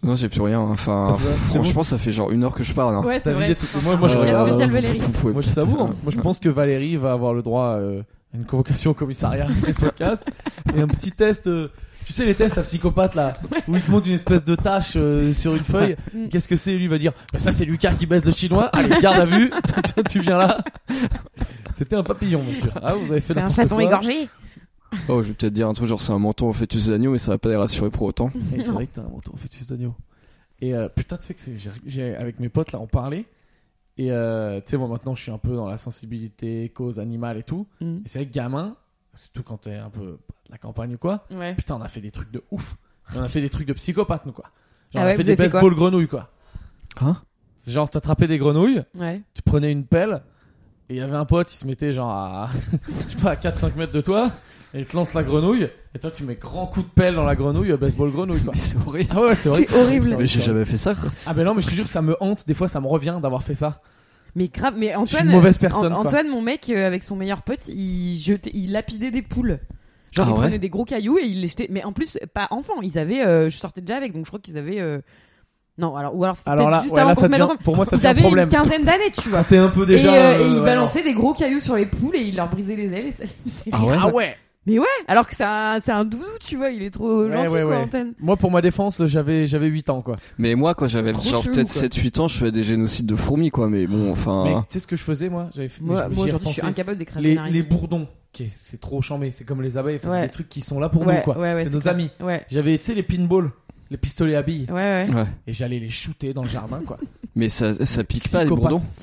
Non, j'ai plus rien. Enfin, T'as plus rien, c'est franchement, ça fait genre une heure que je parle. hein. Ouais, T'as c'est vu vrai. des trucs- Moi, moi, je Euh, regarde- spécial Valérie. vous pouvez Moi, je peut-être, t'avoue, euh, hein. moi je pense que Valérie va avoir le droit euh, à une convocation au commissariat *laughs* après ce podcast et un petit test. euh, tu sais, les tests à psychopathe là, où ils te montrent une espèce de tâche euh, sur une feuille. Mm. Qu'est-ce que c'est Lui va dire Bah, Ça, c'est Lucas qui baisse le chinois. Allez, garde à vue. *laughs* Toi, tu viens là. C'était un papillon, monsieur. Ah, vous avez fait C'est un n'importe chaton quoi. égorgé. Oh, je vais peut-être dire un truc genre c'est un menton en fœtus d'agneau, mais ça va pas les rassurer pour autant. Et Eh, c'est vrai que t'as un retour au fœtus d'agneau. Et euh, putain, tu sais que c'est- j'ai- j'ai- avec mes potes là, on parlait. Et euh, tu sais, moi maintenant, je suis un peu dans la sensibilité, cause animale et tout. Mm. Et c'est vrai que gamin, surtout quand t'es un peu de la campagne ou quoi, Ouais. putain, on a fait des trucs de ouf. Et on a fait des trucs de psychopathe, nous quoi. Genre, on Ah ouais, a fait vous des avez fait quoi baseball grenouilles quoi. Hein C'est genre, t'attrapais des grenouilles, Ouais. tu prenais une pelle. Et il y avait un pote, il se mettait genre à, *laughs* je sais pas, à 4-5 mètres de toi, et il te lance la grenouille, et toi tu mets grand coup de pelle dans la grenouille, baseball grenouille quoi. Mais c'est horrible. Ah ouais, ouais, c'est horrible. C'est horrible. C'est Mais j'ai jamais fait ça. quoi. Ah ben non, mais je te jure que ça me hante. Des fois, ça me revient d'avoir fait ça. Mais grave, mais Je suis Antoine. une mauvaise personne, An- quoi. Antoine, mon mec, euh, avec son meilleur pote, il jetait, il lapidait des poules. Genre, Ah il ouais prenait des gros cailloux et il les jetait. Mais en plus, pas enfant. Ils avaient, euh, je sortais déjà avec, donc je crois qu'ils avaient. euh, Non, alors ou alors c'était Alors peut-être là, juste ouais, avant là, qu'on ça se mette devient- ensemble. pour moi, ça Ils devient un avaient problème. une quinzaine d'années, tu vois. Quand t'es un peu *laughs* déjà. et, euh, et euh, ils ouais, balançaient des gros cailloux sur les poules et ils leur brisaient les ailes et ça les faisait Ah rire. non. ouais Ah ouais. Mais ouais, alors que c'est un, c'est un doudou, tu vois, il est trop Ouais, gentil, ouais, quoi, ouais. Antoine. Moi, pour ma défense, j'avais j'avais 8 ans quoi. Mais moi, quand j'avais Trop genre chelou, peut-être quoi. 7-8 ans, je faisais des génocides de fourmis, quoi. Mais bon, Mais enfin. tu sais ce que je faisais moi J'avais fait. mais Moi, moi j'y ai aujourd'hui, je suis repensé. incapable d'écraser Ah. les, une araignée. les bourdons. qui est- C'est trop chambé. C'est comme les abeilles. enfin, Ouais. C'est des trucs qui sont là pour Ouais, nous quoi. ouais, ouais, c'est c'est nos clair. amis. Ouais, J'avais tu sais les pinballs, les pistolets à billes, ouais, ouais. Ouais. et j'allais les shooter dans le jardin quoi. Mais ça, ça pique pas les Psychopathe. bourdons euh,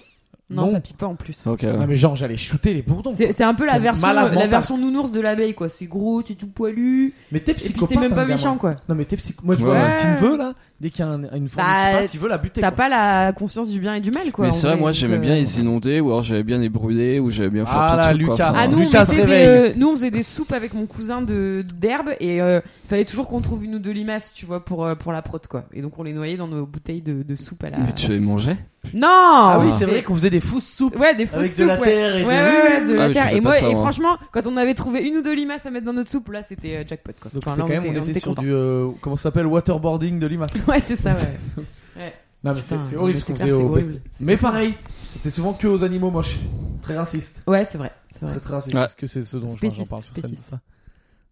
Non, Non. ça pique pas en plus. Ok. Non mais genre j'allais shooter les bourdons. C'est c'est un peu la Quel version, malade euh, la mental. version nounours de l'abeille, quoi. C'est gros, t'es tout poilu. Mais t'es Et puis psychopathe. c'est même hein, pas gamin. méchant, quoi. Non mais t'es psychopathe. Moi je vois Ouais. un petit neveu là. Dès qu'il y a un- une fourmi Bah, qui passe, il veut la buter. T'as quoi. pas la conscience du bien et du mal, quoi. mais en c'est vrai, moi donc, j'aimais euh, bien les inonder, ou alors j'avais bien les brûler, ou j'avais bien faire Ah plein de là, trucs, quoi. Lucas. Enfin, Ah, nous, non. on Lucas se mettait des, réveille. euh, nous, on faisait des soupes avec mon cousin de d'herbe et euh, il fallait toujours qu'on trouve une ou deux limaces, tu vois, pour, euh, pour la prod, quoi. Et donc on les noyait dans nos bouteilles de, de soupe à la. Mais tu les mangeais Non Ah oui Ah. c'est vrai qu'on faisait des fausses soupes. Ouais, des fausses Avec de soupes, la ouais. terre et de- Ouais, ouais, ouais, de Ah, la mais je terre. fais Et, pas moi, ça, et moi. franchement, quand on avait trouvé une ou deux limaces à mettre dans notre soupe, là c'était euh, jackpot quoi. Donc Enfin, c'est là, quand même, on était, sur contents. du, euh, comment ça s'appelle, waterboarding de limaces. Ouais, c'est ça, ouais. *laughs* non mais c'est Putain, c'est mais horrible ce c'est qu'on faisait clair, c'est au horrible. bestiaire. C'est Mais clair. pareil, c'était souvent que aux animaux moches. Très raciste. Ouais, c'est vrai. c'est vrai. Très très raciste. Ouais. Est-ce que c'est ce dont j'en- j'en Spéciste, parle sur scène spéciste. ça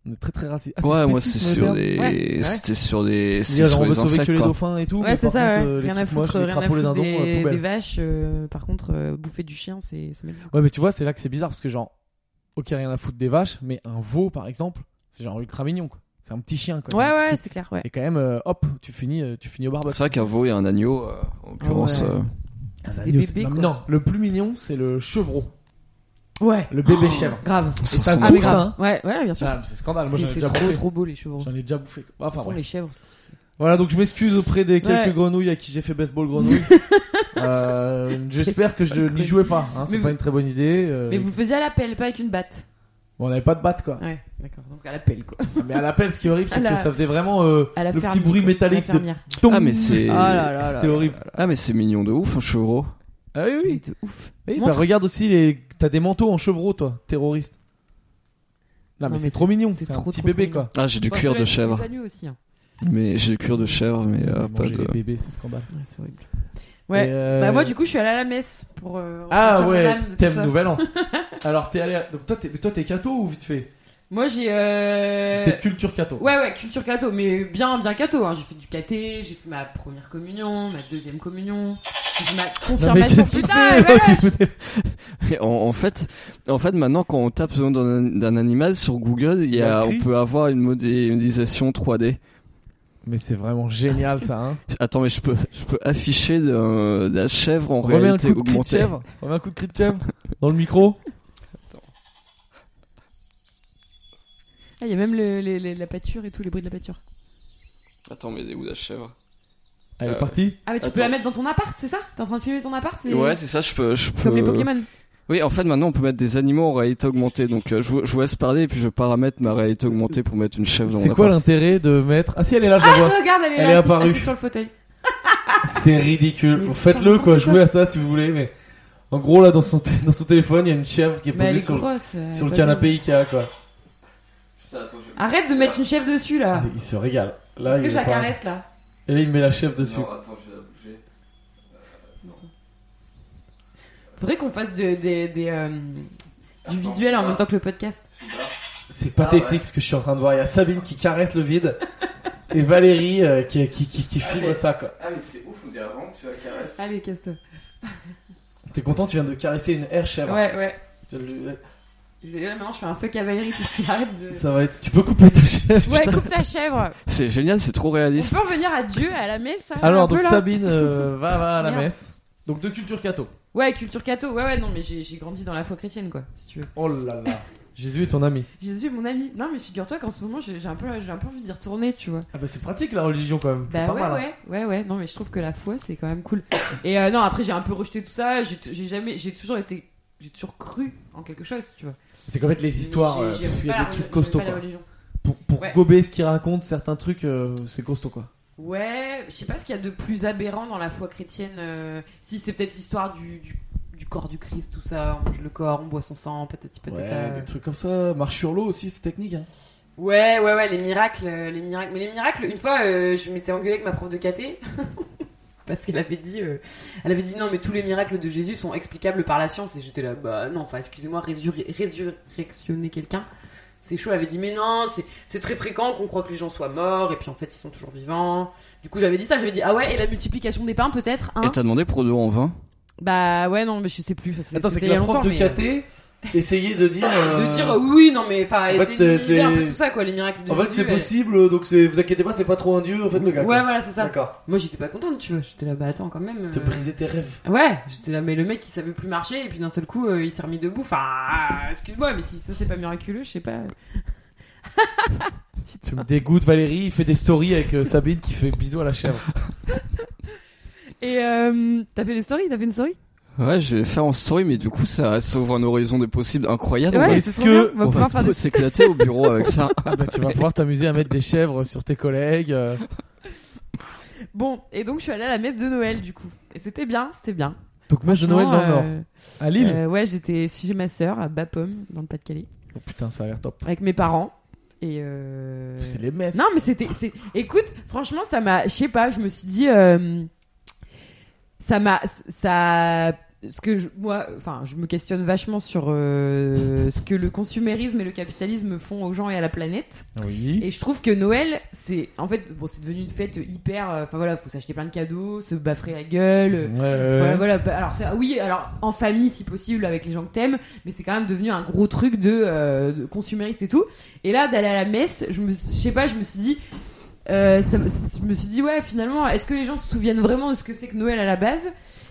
On est très très raciste. Ah, Ouais, moi c'est spéciste, sur moderne. des. Ouais. Ouais. C'était sur des. Dire, C'est genre, sur on veut les sauver que insectes, les quoi. dauphins et tout. Ouais, mais c'est par ça, contre, ouais. euh, les rien à trucs moches, foutre, les rien à crapauds, les foutre dindons, euh, des, poubelle. des vaches. euh, par contre, euh, bouffer du chien, c'est c'est mal vu. Ouais, mais tu vois, c'est là que c'est bizarre parce que genre, ok, rien à foutre des vaches, mais un veau par exemple, c'est genre ultra mignon quoi. C'est un petit chien quoi. c'est Ouais, un petit ouais, truc. c'est clair, ouais. Et quand même, euh, hop, tu finis, euh, tu finis au barbecue. C'est vrai qu'un veau et un agneau, euh, en l'occurrence. ouais. euh, Un des agneau, c'est- bébés, non, quoi. non, le plus mignon, c'est le chevreau, Ouais. le bébé chèvre. Grave. ça ça ressemble se Ah, mais Ouf, grave. hein. Ouais, ouais, bien sûr. Ah, mais c'est scandale, moi j'en C'est ai c'est déjà trop, bouffé. trop beau les chevaux. J'en ai déjà bouffé. Enfin, Ce sont bref. les chèvres. Voilà, donc je m'excuse auprès des quelques Ouais. grenouilles à qui j'ai fait baseball *laughs* grenouille. Euh, J'espère que je n'y jouais pas. hein, C'est Mais pas vous- une très bonne idée. euh, Mais vous faisiez à la pelle, pas avec une batte. bon, on n'avait pas de batte *laughs* quoi. Ah, Ouais, d'accord. Donc à la pelle, quoi. Mais à l'appel, ce qui est horrible, c'est À la- que ça faisait vraiment euh, À la le fermier, petit bruit quoi. À la métallique de fermière. tong. Ah, mais c'est. Oh là là là. C'était horrible. Ah, mais c'est mignon de ouf, un chevreau. Ah oui, oui. C'était ouf. Oui, bah, Montre. regarde aussi, les... t'as des manteaux en chevreau, toi, terroriste. Non, mais, Non, mais c'est trop mignon, c'est c'est un trop, petit trop, bébé trop quoi. Ah, j'ai du Enfin, cuir cela de dit, chèvre. les agneaux aussi, hein. Mais j'ai du cuir de chèvre, mais euh, Ouais, pas manger de. les bébés, c'est scandale. Ouais, c'est horrible. Et, Ouais. euh, Bah, moi, du coup, je suis allée à la messe pour. euh, Ah ressentir ouais, l'âme de tout thème ça. nouvel *laughs* an. Alors, t'es allé. à- Donc, toi, t'es toi, t'es catho ou vite fait Moi, j'ai. euh, T'es culture catho. Ouais, ouais, culture catho, mais bien, bien catho. hein. J'ai fait du caté, j'ai fait ma première communion, ma deuxième communion, j'ai fait ma Non, mais *laughs* confirmation. qu'est-ce qu'il Putain, fait mais l'autre, il fout des- Et En, en fait, en fait, maintenant, quand on tape le nom d'un d'un animal sur Google, il Il y a, y a un on cri. peut avoir une modélisation 3D. Mais c'est vraiment génial ça. Hein. Attends, mais je peux, je peux afficher de, de la chèvre en Remets un réalité coup de cri de augmentée. chèvre. Remets un coup de cri de chèvre dans le micro. Ah, Il y a même le- le- le- la pâture et tout, les bruits de la pâture. Attends, mais elle est où la chèvre Allez, Euh, parti. Ah, mais tu Attends. peux la mettre dans ton appart, c'est ça T'es en train de filmer ton appart c'est- Ouais, c'est ça, je peux, je peux. euh, Comme les Pokémon. Oui, en fait, maintenant, on peut mettre des animaux en réalité augmentée. Donc, euh, je, vous- je vous laisse parler et puis je paramètre ma réalité augmentée pour mettre une chèvre dans C'est mon quoi appart. *laughs* l'intérêt de mettre. Ah si, elle est là, je la vois. Oh, Regarde, elle est Elle là, est assise- apparue. assise sur le fauteuil. C'est ridicule. Mais Faites-le putain, quoi, n'importe jouez quoi. à ça si vous voulez, mais en gros là dans son, tél- dans son téléphone, il y a une chèvre qui est Mais elle posée est sur, le- grosse. euh, sur le pas canapé Ikea quoi. bien. Arrête de mettre une chèvre dessus Ah, là. Mais Il se régale. Là, Est-ce Ah. que il je est la pas- caresse là Et là, il met la chèvre dessus. Faudrait qu'on fasse de- des- des, euh, du visuel en même temps que le podcast. C'est pathétique ce que je suis en train de voir. Il y a Sabine qui caresse le vide et Valérie euh, qui, qui, qui, qui filme ça quoi. Ah, mais c'est ouf, on dirait vraiment que tu la caresses. Allez, casse-toi. T'es content, tu viens de caresser une air chèvre. Ouais, ouais. Tu- Et Là, maintenant, je fais un feu cavalerie pour qu'il arrête de. euh, Ça va être. Tu peux couper ta chèvre. Ouais, putain. coupe ta chèvre. C'est génial, c'est trop On réaliste. peut revenir à Dieu, à la messe. hein, un Alors peu, donc là Sabine euh, *laughs* va, va à la Merde. messe. Donc de culture catho. Ouais, culture catho. Ouais, ouais, non, mais j'ai j'ai grandi dans la foi chrétienne, quoi, si tu veux. Oh là là. Jésus est ton ami. Jésus est mon ami. Non, mais figure-toi qu'en ce moment, j'ai j'ai un, peu- j'ai un peu envie d'y retourner, tu vois. Ah bah c'est pratique la religion quand même. C'est Bah pas ouais, mal. hein. ouais, ouais, ouais. Non, mais je trouve que la foi, c'est quand même cool. *coughs* Et euh, non, après, j'ai un peu rejeté tout ça. J'ai t- j'ai jamais, j'ai toujours été, j'ai toujours cru en quelque chose, tu vois. C'est qu'en fait les histoires, euh, J'ai- j'ai- pff, il y pas a la des reli- trucs j'aime costauds pas la quoi. religion. Pour, pour Ouais. gober ce qu'ils racontent, certains trucs, euh, c'est costaud quoi. Ouais, je sais pas ce qu'il y a de plus aberrant dans la foi chrétienne. euh, si c'est peut-être l'histoire du, du, du corps du Christ, tout ça, on mange le corps, on boit son sang, patati patata. Ouais, des trucs comme ça. Marche sur l'eau aussi, c'est technique. Hein. Ouais, ouais, ouais, les miracles, euh, les miracles. Mais les miracles, une fois, euh, je m'étais engueulée avec ma prof de caté *laughs* parce qu'elle avait dit, euh, elle avait dit non, mais tous les miracles de Jésus sont explicables par la science. Et j'étais là, bah non, enfin, excusez-moi, résurre- résurrectionner quelqu'un, c'est chaud. Elle avait dit, mais non, c'est- c'est très fréquent qu'on croit que les gens soient morts et puis en fait ils sont toujours vivants. Du coup, j'avais dit ça, j'avais dit ah ouais, et la multiplication des pains peut-être. Hein Et t'as demandé pour deux en vain bah ouais, non, mais je sais plus. Attends, c'est que c'était il y a la prof longtemps, de mais, caté essayait de dire. euh, euh, *laughs* de dire oui, non, mais enfin, En fait, essayer de c'est- minimiser un c'est- peu tout ça quoi, les miracles de En fait, Jésus. c'est elle- possible, euh, donc c'est- vous inquiétez pas, c'est pas trop un dieu en fait le gars. Ouais, quoi. voilà, c'est ça. D'accord. Moi j'étais pas contente, tu vois. J'étais là, bah attends quand même. Te euh, briser tes rêves. Ouais, j'étais là, mais le mec il savait plus marcher et puis d'un seul coup euh, il s'est remis debout. Enfin, ah, excuse-moi, mais si ça c'est pas miraculeux, je sais pas. Tu me dégoûtes, Valérie. Il fait des stories avec euh, Sabine qui fait bisous à la chèvre. Et euh, t'as fait des stories T'as fait une story Ouais, je vais faire en story, mais du coup, ça s'ouvre un horizon des possibles incroyable. Ouais, Ah, bah, est-ce c'est trop que- bien. On va on va, on va pouvoir faire des. s'éclater au bureau avec ça. *laughs* *laughs* Ah bah, tu vas pouvoir t'amuser à mettre des chèvres sur tes collègues. euh. Bon, et donc je suis allée à la messe de Noël du coup. Et c'était bien, c'était bien. Donc, match de Noël dans le Nord. À Lille. euh, ouais, j'étais chez ma sœur à Bapaume dans le Pas-de-Calais Oh, putain, ça a l'air top. avec mes parents. Et euh... C'est les messes. Non, mais c'était. c'est- Écoute, franchement, ça m'a. Je sais pas, je me suis dit. euh, Ça m'a. Ça. Ce que je, moi, enfin, je me questionne vachement sur euh, ce que le consumérisme et le capitalisme font aux gens et à la planète. Oui. Et je trouve que Noël, c'est en fait, bon, c'est devenu une fête hyper. euh, Enfin voilà, faut s'acheter plein de cadeaux, se baffrer la gueule, Ouais, euh, ouais, voilà, ouais. voilà. bah, Alors c'est- oui, alors en famille si possible avec les gens que t'aimes, mais c'est quand même devenu un gros truc de, euh, de consumériste et tout. Et là d'aller à la messe, je me, je sais pas, je me suis dit, euh, ça me- je me suis dit ouais finalement, est-ce que les gens se souviennent vraiment de ce que c'est que Noël à la base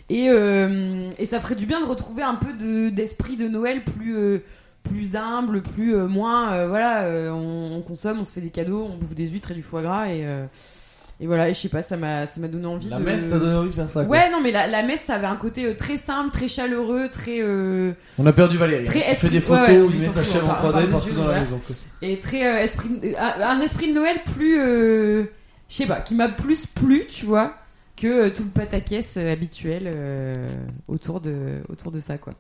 et, euh, et ça ferait du bien de retrouver un peu de- d'esprit de, Noël plus euh, plus humble, plus euh, moins euh, voilà, euh, on, on consomme, on se fait des cadeaux, on bouffe des huîtres et du foie gras et euh, et voilà, et je sais pas, ça m'a ça m'a donné envie La de messe t'a donné envie de faire ça. quoi. Ouais, non, mais la, la messe, ça avait un côté euh, très simple, très chaleureux, très euh, On a perdu Valérie. Très Il fait des esprit- photos, ouais, ouais, il lui, met il s'en sa fout, chèvre en enfin, 3D enfin, partout Dieu, dans la ouais. maison. quoi. et très euh, esprit, euh, un un esprit de Noël plus, euh, je sais pas, qui m'a plus plu, tu vois, que euh, tout le pataquès euh, habituel euh, autour de autour de ça, quoi.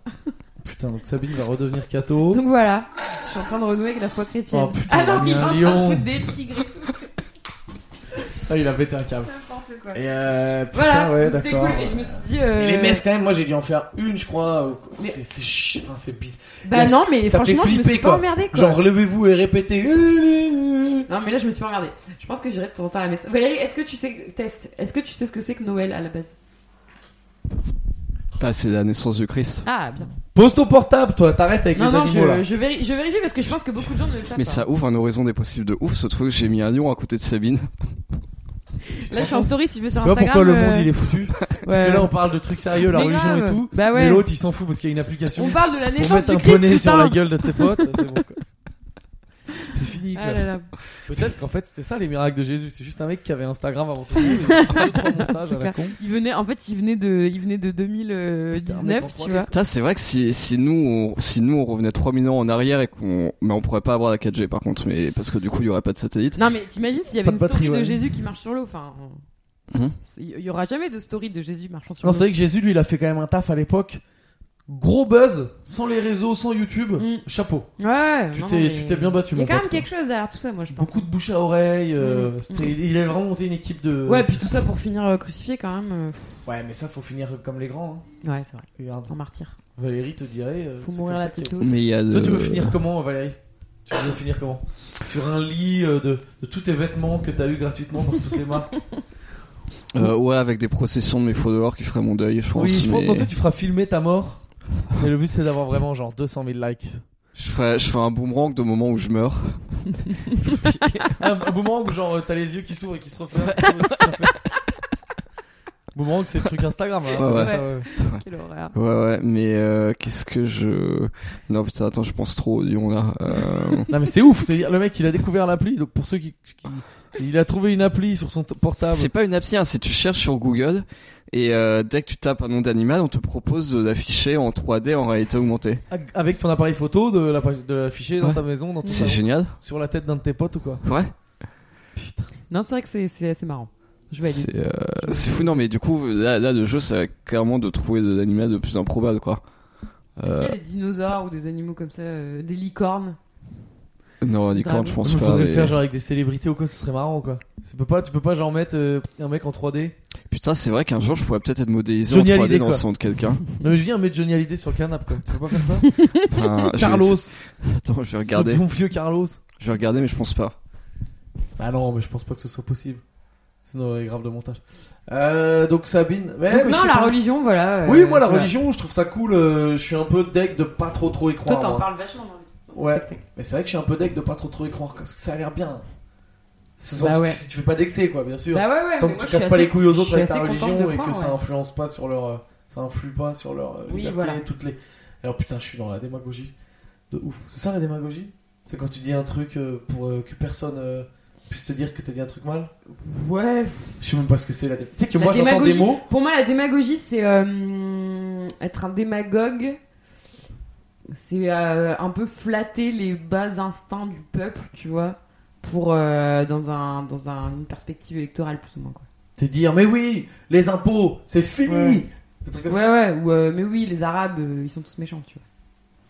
Putain, donc Sabine va redevenir catho. Donc voilà, je suis en train de renouer avec la foi chrétienne. Oh, putain, ah non, il il y est a en un train de lion. foutre des tigres et tout, Ah, il a pété un câble. n'importe quoi. Et euh, putain, Voilà, ouais, donc c'était d'accord. cool et je me suis dit. euh, Mais Les messes, quand même, moi j'ai dû en faire une, je crois. ou- Mais- C'est c'est chi- enfin, c'est bizarre. Bah Là, non, mais ça fait franchement, je me flipper, suis pas quoi. emmerdée quoi. Genre, levez-vous et répétez. Non, mais là, je me suis pas regardée. Je pense que j'irai de temps en temps à la messe. Valérie, est-ce que tu sais, test, est-ce que tu sais ce que c'est que Noël à la base Ah, c'est la naissance du Christ. Ah, bien. Pose ton portable, toi, t'arrêtes avec Non, les non, animaux là. je, je, vérifie, je vérifie parce que je pense que beaucoup de gens ne le savent Mais pas. ça ouvre un horizon des possibles de ouf, ce truc. J'ai mis un lion à côté de Sabine. Là, je suis en story si je vais sur Tu vois Instagram. euh, pourquoi le monde il est *laughs* foutu Parce que là on parle de trucs sérieux, la Mais religion grave. et tout. Bah ouais. Mais l'autre il s'en fout parce qu'il y a une application. On parle de la pour naissance mettre du un Christ. poney sur putain. la gueule de ses *laughs* potes, c'est bon quoi. C'est fini quoi. Ah là là, Peut-être qu'en fait c'était ça les miracles de Jésus. C'est juste un mec qui avait Instagram avant tout le *laughs* monde. et il a fait deux, trois montages à la clair. con. il venait, en fait, il venait de, il venait de C'était un mec en 2019, trois tu vois. Putain, c'est vrai que si, si nous, on, si nous, on revenait 3000 ans en arrière et qu'on, mais on pourrait pas avoir la 4G par contre, mais parce que du coup, il y aurait pas de satellite. Non, mais t'imagines s'il y Pas de avait une batterie, story de ouais. Jésus qui marche sur l'eau, enfin. Mhm. C'est- Il y aura jamais de story de Jésus marchant sur Non, l'eau. c'est vrai que Jésus, lui, il a fait quand même un taf à l'époque. Gros buzz, sans les réseaux, sans YouTube. Mm. Chapeau. Ouais, Tu non, t'es mais- tu t'es bien battu, Il y a mon quand même pote, quelque chose derrière tout ça, moi je pense. Beaucoup de bouche à oreille. euh, c'était- Il a vraiment monté une équipe de. Mm. Ouais, puis tout ça pour finir euh, crucifié quand même. euh, pff, Ouais, mais ça, faut finir comme les grands. hein. Ouais, c'est vrai. Regarde, En martyr. Valérie te dirait. euh, Faut c'est mourir comme la ça qu'il y a- tête haute. Mais il y a Toi, le- tu veux finir comment, Valérie Tu veux finir comment Sur un lit euh, de, de tous tes vêtements que t'as eu gratuitement par toutes les marques. Euh, ouais, avec des processions de mes faux dehors qui feraient mon deuil, je pense. oui, je pense mais que toi, tu feras filmer ta mort. Mais le but, c'est d'avoir vraiment genre 200 000 likes. je, ferais, je ferais un boomerang de moment où je meurs. *laughs* un, un boomerang où genre euh, t'as les yeux qui s'ouvrent et qui se referment. qui s'ouvrent et qui se referment. boomerang c'est le truc Instagram. Hein, c'est ouais. pas ça, ouais. Quelle horreur. Ouais, ouais, mais euh, qu'est-ce que je. Non, putain, attends, je pense trop au lion là. *laughs* Euh, Non mais c'est ouf. C'est-à-dire le mec il a découvert l'appli. Donc pour ceux qui, qui- il a trouvé une appli sur son t- portable. c'est pas une appli, hein, c'est tu cherches sur Google et euh, dès que tu tapes un nom d'animal, on te propose de l'afficher en 3D en réalité augmentée. Ag- Avec ton appareil photo de la page- de l'afficher dans Ouais. ta maison, dans ton C'est salon, génial. sur la tête d'un de tes potes ou quoi. Ouais. Putain. Non, c'est vrai que c'est- c'est assez marrant. Je vais aller. C'est euh, c'est fou, non, mais du coup, là, là le jeu, c'est clairement de trouver de l'animal le plus improbable, quoi. Est-ce qu'il y Euh, a des dinosaures ou des animaux comme ça, euh, des licornes non, licorne, je pense Il pas. faudrait le mais- faire genre avec des célébrités ou quoi, ce serait marrant quoi. Tu peux pas, tu peux pas genre mettre euh, un mec en 3D. Putain, c'est vrai qu'un jour, je pourrais peut-être être modélisé Johnny en 3D Hallyday, dans le quoi. son *laughs* de quelqu'un. Non mais je viens mettre Johnny Hallyday sur le canapé quoi. Tu peux pas faire *laughs* ça Enfin, Ah, je vais Carlos, essayer- Attends, je vais ce regarder. bon vieux Carlos. Je vais regarder, mais je pense pas. Bah non, mais je pense pas que ce soit possible. Sinon, il y a grave de montage. Euh, donc Sabine. Ouais, Donc mais je non, sais la pas. religion, voilà. euh, Oui, moi la voilà. religion, je trouve ça cool. euh, je suis un peu deck de pas trop trop y Toi, croire. t'en moi. parles vachement. dans les- dans le Ouais. spectacle. Mais c'est vrai que je suis un peu deck de pas trop trop y croire parce que ça a l'air bien. C'est Bah tu- ouais. tu, fais pas d'excès quoi, bien sûr. Bah ouais, ouais. Tant mais que moi, tu je suis casses pas assez- les couilles aux autres je suis avec ta assez contente religion de et que croire, ça ouais. influence pas sur leur, euh, ça influe pas sur leur euh, Oui, liberté, voilà. toutes les. Alors putain, je suis dans la démagogie de ouf. C'est ça la démagogie C'est quand tu dis un truc euh, pour euh, que personne euh, puisse te dire que t'as dit un truc mal. Ouais. Je sais même pas ce que c'est la dé- Tu sais que La moi j'entends des démagogie. mots. Pour moi, la démagogie, c'est euh, être un démagogue. C'est euh, un peu flatter les bas instincts du peuple, tu vois, pour euh, dans un dans un- une perspective électorale plus ou moins quoi. T'es dire mais oui, les impôts, c'est fini. Ouais. Des trucs comme ça. Ouais ouais. Ou euh, mais oui, les Arabes, euh, ils sont tous méchants, tu vois.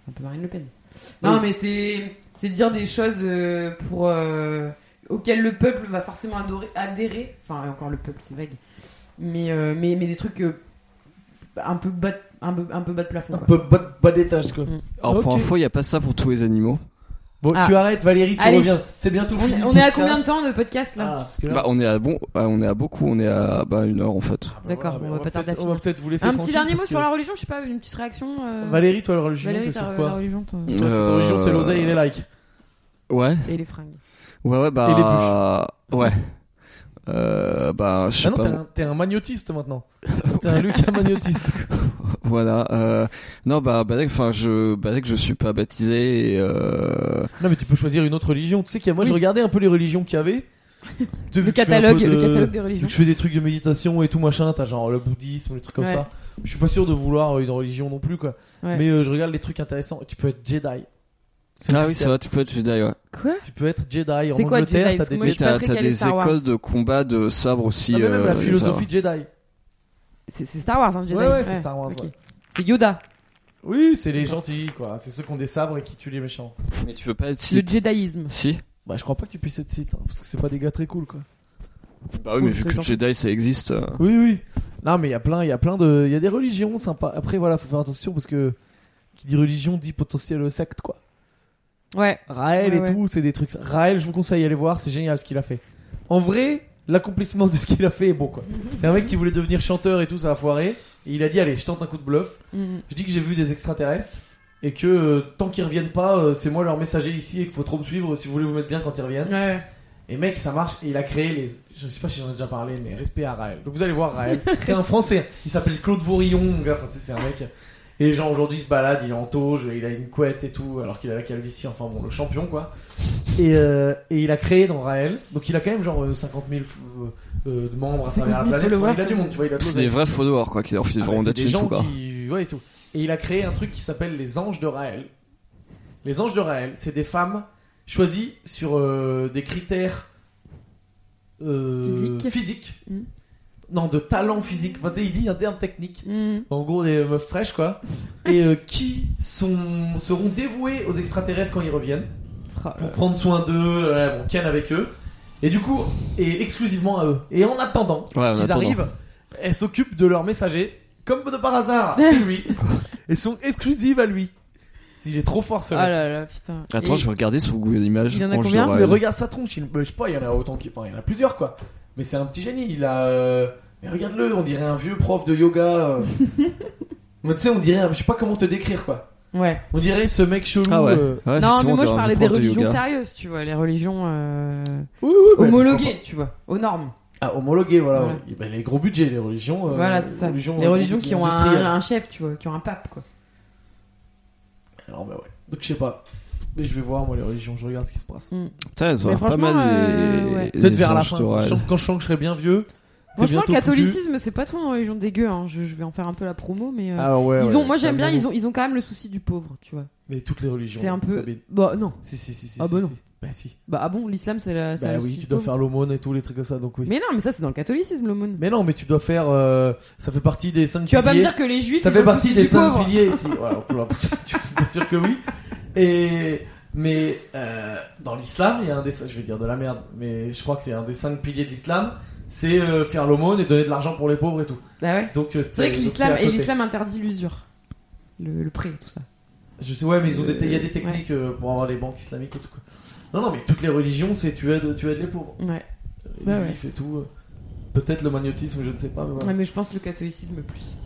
Un peu Marine Le Pen. Non, mais c'est c'est dire des choses euh, pour euh, auxquelles le peuple va forcément adorer- adhérer. Enfin, encore le peuple, c'est vague. Mais euh, mais mais des trucs euh, un peu bas de- un peu un peu bas de plafond. Un quoi. peu bas, bas d'étage quoi. Mm. Alors, pour Ok. info, il y a pas ça pour tous les animaux. Bon, Ah. tu arrêtes Valérie, tu Allez. reviens. C'est bientôt fini. On, on le est à podcast. combien de temps de podcast là Ah, parce que là- Bah, on est à bon, ah, on est à beaucoup, on est à bah, une heure en fait. Ah, bah, D'accord, voilà, on bah, va pas tarder à peut-être- On finir. va peut-être vous laisser Un petit tranquille dernier mot parce sur que- Ah, la religion, je sais pas, une petite réaction. euh, Valérie, toi, la religion, Valérie, t'es ta- sur la quoi Mmh. religion toi, Toi, c'est ta religion, c'est l'oseille et les likes. Ouais, et les fringues. ouais, ouais, bah. Et les Ouais. Euh, bah, je sais Ah non, pas. t'es un, t'es un magnotiste *laughs* maintenant. t'es un Lucas magnotiste. Voilà. Euh, non, bah, bah, enfin, je, bah, dès que je suis pas baptisé. Et, euh, *laughs* Non, mais tu peux choisir une autre religion. Tu sais qu'il y a, moi, je regardais un peu les religions qu'il y avait. Tu- Le je suis un peu catalogue, le de- catalogue des Vu religions. que je fais des trucs de méditation et tout machin, t'as genre le bouddhisme, les trucs comme Ouais. ça. Je suis pas sûr de vouloir euh, une religion non plus, quoi. Ouais. Mais euh, je regarde les trucs intéressants. Tu peux être Jedi. Ah oui, officiel. c'est vrai, tu peux être Jedi. Ouais. Quoi Tu peux être Jedi en C'est quoi, Angleterre. Jedi t'as Parce que des moi, je Jedi. suis pas T'as très t'as calée des Star Wars. écoles de combat de sabre aussi. Ah, mais même euh, la ça va. philosophie Jedi. C'est c'est Star Wars, hein, Jedi. Ouais, ouais, c'est Star Wars, ok. ouais. C'est Yoda. Oui, c'est les gentils, quoi. C'est ceux qui ont des sabres et qui tuent les méchants. Mais tu peux pas être Le Sith. Jediisme. Si. Bah, je crois pas que tu puisses être site, parce que c'est pas des gars très cool, quoi. Bah oui, mais Oui, vu c'est que gentil. Jedi ça existe. euh, Oui, oui. Non, mais il y a plein, il y a plein de, il y a des religions sympas. Après, voilà, faut faire attention parce que qui dit religion dit potentiel secte, quoi. Ouais. Raël Ouais, et ouais. tout, c'est des trucs. Raël, je vous conseille d'aller voir, c'est génial ce qu'il a fait. En vrai, l'accomplissement de ce qu'il a fait est bon, quoi. C'est un mec qui voulait devenir chanteur et tout, ça a foiré. Et il a dit, allez, je tente un coup de bluff. Mm. Je dis que j'ai vu des extraterrestres et que euh, tant qu'ils reviennent pas, euh, c'est moi leur messager ici et qu'il faut trop me suivre si vous voulez vous mettre bien quand ils reviennent. Ouais. Et mec, ça marche. Et il a créé les. Je sais pas si j'en ai déjà parlé, mais respect à Raël. Donc vous allez voir Raël. c'est un Français. Il s'appelle Claude Vaurillon, mon gars. Enfin, tu sais, c'est un mec. Et genre aujourd'hui, il se balade, il est en tauge, il a une couette et tout, alors qu'il a la calvitie. Enfin bon, le champion quoi. Et, euh, et il a créé dans Raël. Donc il a quand même genre euh, 50 000 f- euh, de membres à 50 000 travers la planète. Enfin, il a followers. du monde, tu vois. Il a de C'est l'oseille. des vrais followers quoi, qui leur filent Ah bah, vraiment c'est des des gens tout quoi. qui ouais, et tout. Et il a créé un truc qui s'appelle les anges de Raël. Les anges de Raël, c'est des femmes choisies sur euh, des critères euh, Physique. physiques Mm. non, de talent physique. Enfin, tu sais, il dit un terme technique. Mm. En gros, des meufs fraîches, quoi. Et euh, qui sont, seront dévouées aux extraterrestres quand ils reviennent. Fra- Pour prendre soin d'eux, euh, bon, Ken avec eux. Et du coup, et exclusivement à eux. Et en attendant Ouais, en qu'ils attendant. arrivent, elles s'occupent de leur messager. Comme de par hasard, c'est lui. Elles sont exclusives à lui. Il est trop fort, ce Oh mec. là là, putain. Attends, Et- je vais regarder sur Google Images. Il y en a Ange combien d'Orient. Mais regarde sa tronche, il... bah, je sais pas, il y en a autant qu'il... Enfin, il y en a plusieurs, quoi. Mais c'est un petit génie, il a... euh, Mais regarde-le, on dirait un vieux prof de yoga. euh. mais tu sais, on dirait... un- Je sais pas comment te décrire, quoi. Ouais. On dirait ce mec chelou... Ah ouais. euh, Ouais, non, mais moi effectivement, t'as je un parlais des prof de religions yoga. sérieuses, tu vois, les religions euh, oui, oui, bah, homologuées, tu vois, aux normes. Ah, homologué, voilà. Voilà. oui. Bah, les gros budgets, les religions... euh, voilà, c'est ça. les religions qui ont un, industrielles. un chef, tu vois, qui ont un pape, quoi. Alors, bah ouais. Donc, je sais pas. Mais je vais voir, moi, les religions, je regarde ce qui se passe. Putain, elles Mais auraient hein. pas franchement, mal euh, ouais. les, Peut-être les vers la anges fin. d'Orient. Je sens que Quand je sens que je serai bien vieux... c'est Franchement, bientôt le foutu. catholicisme, c'est pas trop une religion dégueu, hein. je, je vais en faire un peu la promo, mais. euh, Ah ouais, ils ouais, ont, moi t'as j'aime le bien, même ils mot. ont, ils ont quand même le souci du pauvre, tu vois. Mais toutes les religions. C'est un peu. Sabine. Bah non. Si, si, si, si. Ah si, bah si. non. Bah si. Bah ah bon, l'islam c'est la. c'est Bah la oui, souci tu du dois pauvre. faire l'aumône et tout, les trucs comme ça, donc oui. Mais non, mais ça c'est dans le catholicisme l'aumône. Mais non, mais tu dois faire. euh, ça fait partie des cinq Tu vas piliers. pas me dire que les juifs. ça ils fait ont le partie souci des du cinq pauvre. *laughs* piliers ici. Voilà, on peut leur- *laughs* tu- bien sûr que oui. Et mais euh, dans l'islam, il y a un des. Je vais dire de la merde, mais je crois que c'est un des cinq piliers de l'islam, c'est euh, faire l'aumône et donner de l'argent pour les pauvres et tout. Ah ouais. Donc euh, C'est vrai que donc l'islam t'es à et côté. l'islam interdit l'usure, le, le prêt, tout ça. Je sais, ouais, mais ils ont des. Il y a des techniques euh, pour avoir les banques islamiques et tout. Quoi. Non, non, mais toutes les religions, c'est tu aides, tu aides les pauvres. Ouais. Les Bah ouais. juifs et tout. euh, Peut-être le magnétisme, je ne sais pas. Mais voilà. Ouais, mais je pense le catholicisme plus.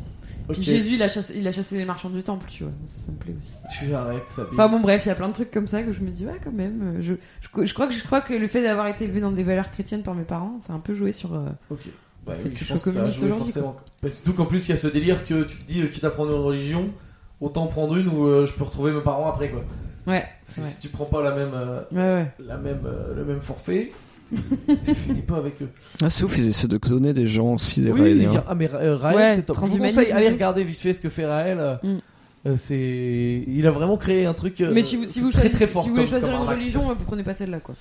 Ok, Puis Jésus, il a, chassé, il a chassé les marchands du temple, tu vois. Ça, ça me plaît aussi. Tu arrêtes, ça. Enfin bon, bref, il y a plein de trucs comme ça que je me dis, ouais, quand même. euh, Je, je, je crois, que, je crois que le fait d'avoir été élevé dans des valeurs chrétiennes par mes parents, ça a un peu joué sur. euh, Ok. Bah Faut oui, que je tu pense sois que ça a communiste joué aujourd'hui, forcément. Bah, surtout qu'en plus, il y a ce délire que tu te dis, euh, quitte à prendre une religion, autant prendre une où euh, je peux retrouver mes parents après, quoi. Ouais, Parce que Ouais. si tu prends pas la même, euh, ouais, ouais. la même, euh, le même *laughs* forfait, tu finis pas avec euh, eux. Ah, c'est ouf, ils essaient de cloner des gens aussi, des Oui, Raéliens. il y a- ah, mais Ra- euh, Raël, Ouais, c'est top. Je vous transhumanisme conseille, et allez tout. regarder vite fait ce que fait Raël. euh, Mm. euh, c'est, il a vraiment créé un truc. euh, mais si vous, si c'est vous, très, choisissez- très fort si vous voulez comme- choisir comme une arnaque. religion, euh, vous prenez pas celle-là, quoi.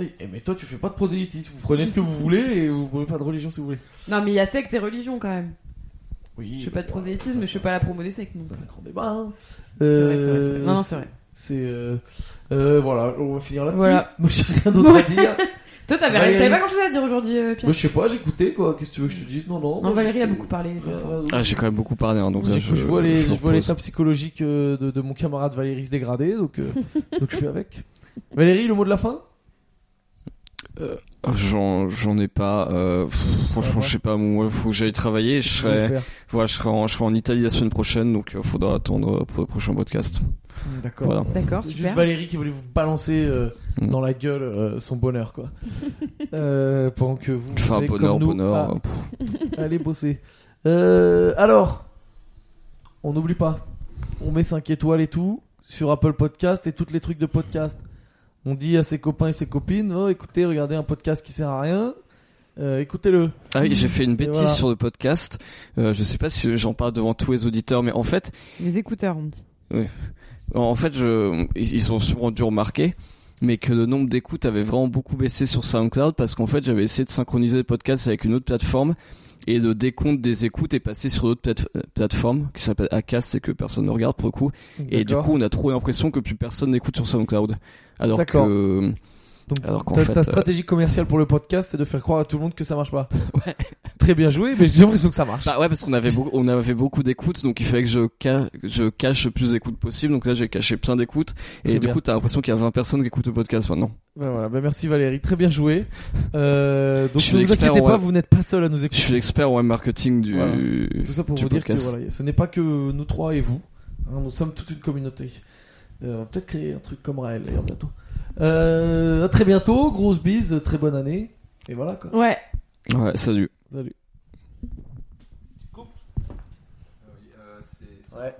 Oui, eh, mais toi, tu fais pas de prosélytisme. Vous prenez ce *laughs* que vous voulez et vous prenez pas de religion si vous voulez. Non, mais il y a secte et religion quand même. Oui. Je fais pas de bah, prosélytisme, ça, mais je fais pas la promo des sectes non c'est plus. un grand débat. hein. C'est vrai, c'est vrai, c'est Euh, vrai. Non, non, c'est vrai. C'est euh, euh, voilà, on va finir là-dessus. Voilà. *laughs* Moi j'ai rien d'autre à *laughs* Ouais. dire. Toi, Ouais, t'avais rien- ouais, t'avais ouais. pas grand chose à dire aujourd'hui, euh, Pierre. Moi je sais pas, j'écoutais quoi. Qu'est-ce que tu veux que je Euh, te dise Non non. Non, moi, Valérie j'ai- a beaucoup parlé. toi. Rien, rien d'autre. Ah, j'ai quand même beaucoup parlé, hein, donc là, J'ai- je, je, vois les, je je me vois l'état repose. psychologique euh, de, de mon camarade Valérie se dégrader, donc *laughs* euh, donc je fais avec. Valérie, le mot de la fin Ah, J'en, j'en ai pas. euh, pff, franchement, ouais. je sais pas. Moi, faut que j'aille travailler. Je Je vais serai, le faire. voilà, je serai, en, je serai en Italie la semaine prochaine, donc euh, faudra attendre pour le prochain podcast. D'accord. Voilà. D'accord, C'est super. Juste Valérie qui voulait vous balancer euh, Mm. dans la gueule euh, son bonheur quoi. Euh, pendant que vous Enfin, vous êtes bonheur, comme nous ah. bonheur. à euh, pff. Allez bosser. Euh, alors, on n'oublie pas, on met 5 étoiles et tout sur Apple Podcast et toutes les trucs de podcast. On dit à ses copains et ses copines, oh, écoutez, regardez un podcast qui sert à rien, euh, écoutez-le. Ah oui, j'ai fait une bêtise voilà. sur le podcast. Euh, je sais pas si j'en parle devant tous les auditeurs, mais en fait, Les écouteurs, on me dit. en fait, je, ils ils ont sûrement dû remarquer, mais que le nombre d'écoutes avait vraiment beaucoup baissé sur SoundCloud parce qu'en fait, j'avais essayé de synchroniser le podcast avec une autre plateforme. Et le décompte des écoutes est passé sur l'autre plate- euh, plateforme qui s'appelle Acast et que personne ne regarde pour le coup. Et du D'accord. coup, on a trop l'impression que plus personne n'écoute sur SoundCloud. Alors D'accord. que. Donc, alors qu'en ta, fait, ta euh, stratégie commerciale pour le podcast, c'est de faire croire à tout le monde que ça marche *laughs* pas. Très bien joué, mais j'ai l'impression que ça marche. Bah ouais, parce qu'on avait beaucoup, on avait beaucoup d'écoutes, donc il fallait que je, ca- je cache le plus d'écoutes possible. Donc là, j'ai caché plein d'écoutes. Et Très du bien. coup, t'as l'impression qu'il y a 20 personnes qui écoutent le podcast maintenant. Bah voilà, bah merci Valérie, très bien joué. Euh, donc Je suis ne vous l'expert, inquiétez pas, ouais. vous n'êtes pas seul à nous Je écouter. suis l'expert en web marketing du. Voilà. Tout ça pour du vous dire que podcast. voilà, ce n'est pas que nous trois et vous. hein, nous sommes toute une communauté. Euh, on va peut-être créer un truc comme Raël d'ailleurs bientôt. Euh, à très bientôt, grosse bise, très bonne année. Et voilà quoi. Ouais. Ouais, salut. Salut. Ouais.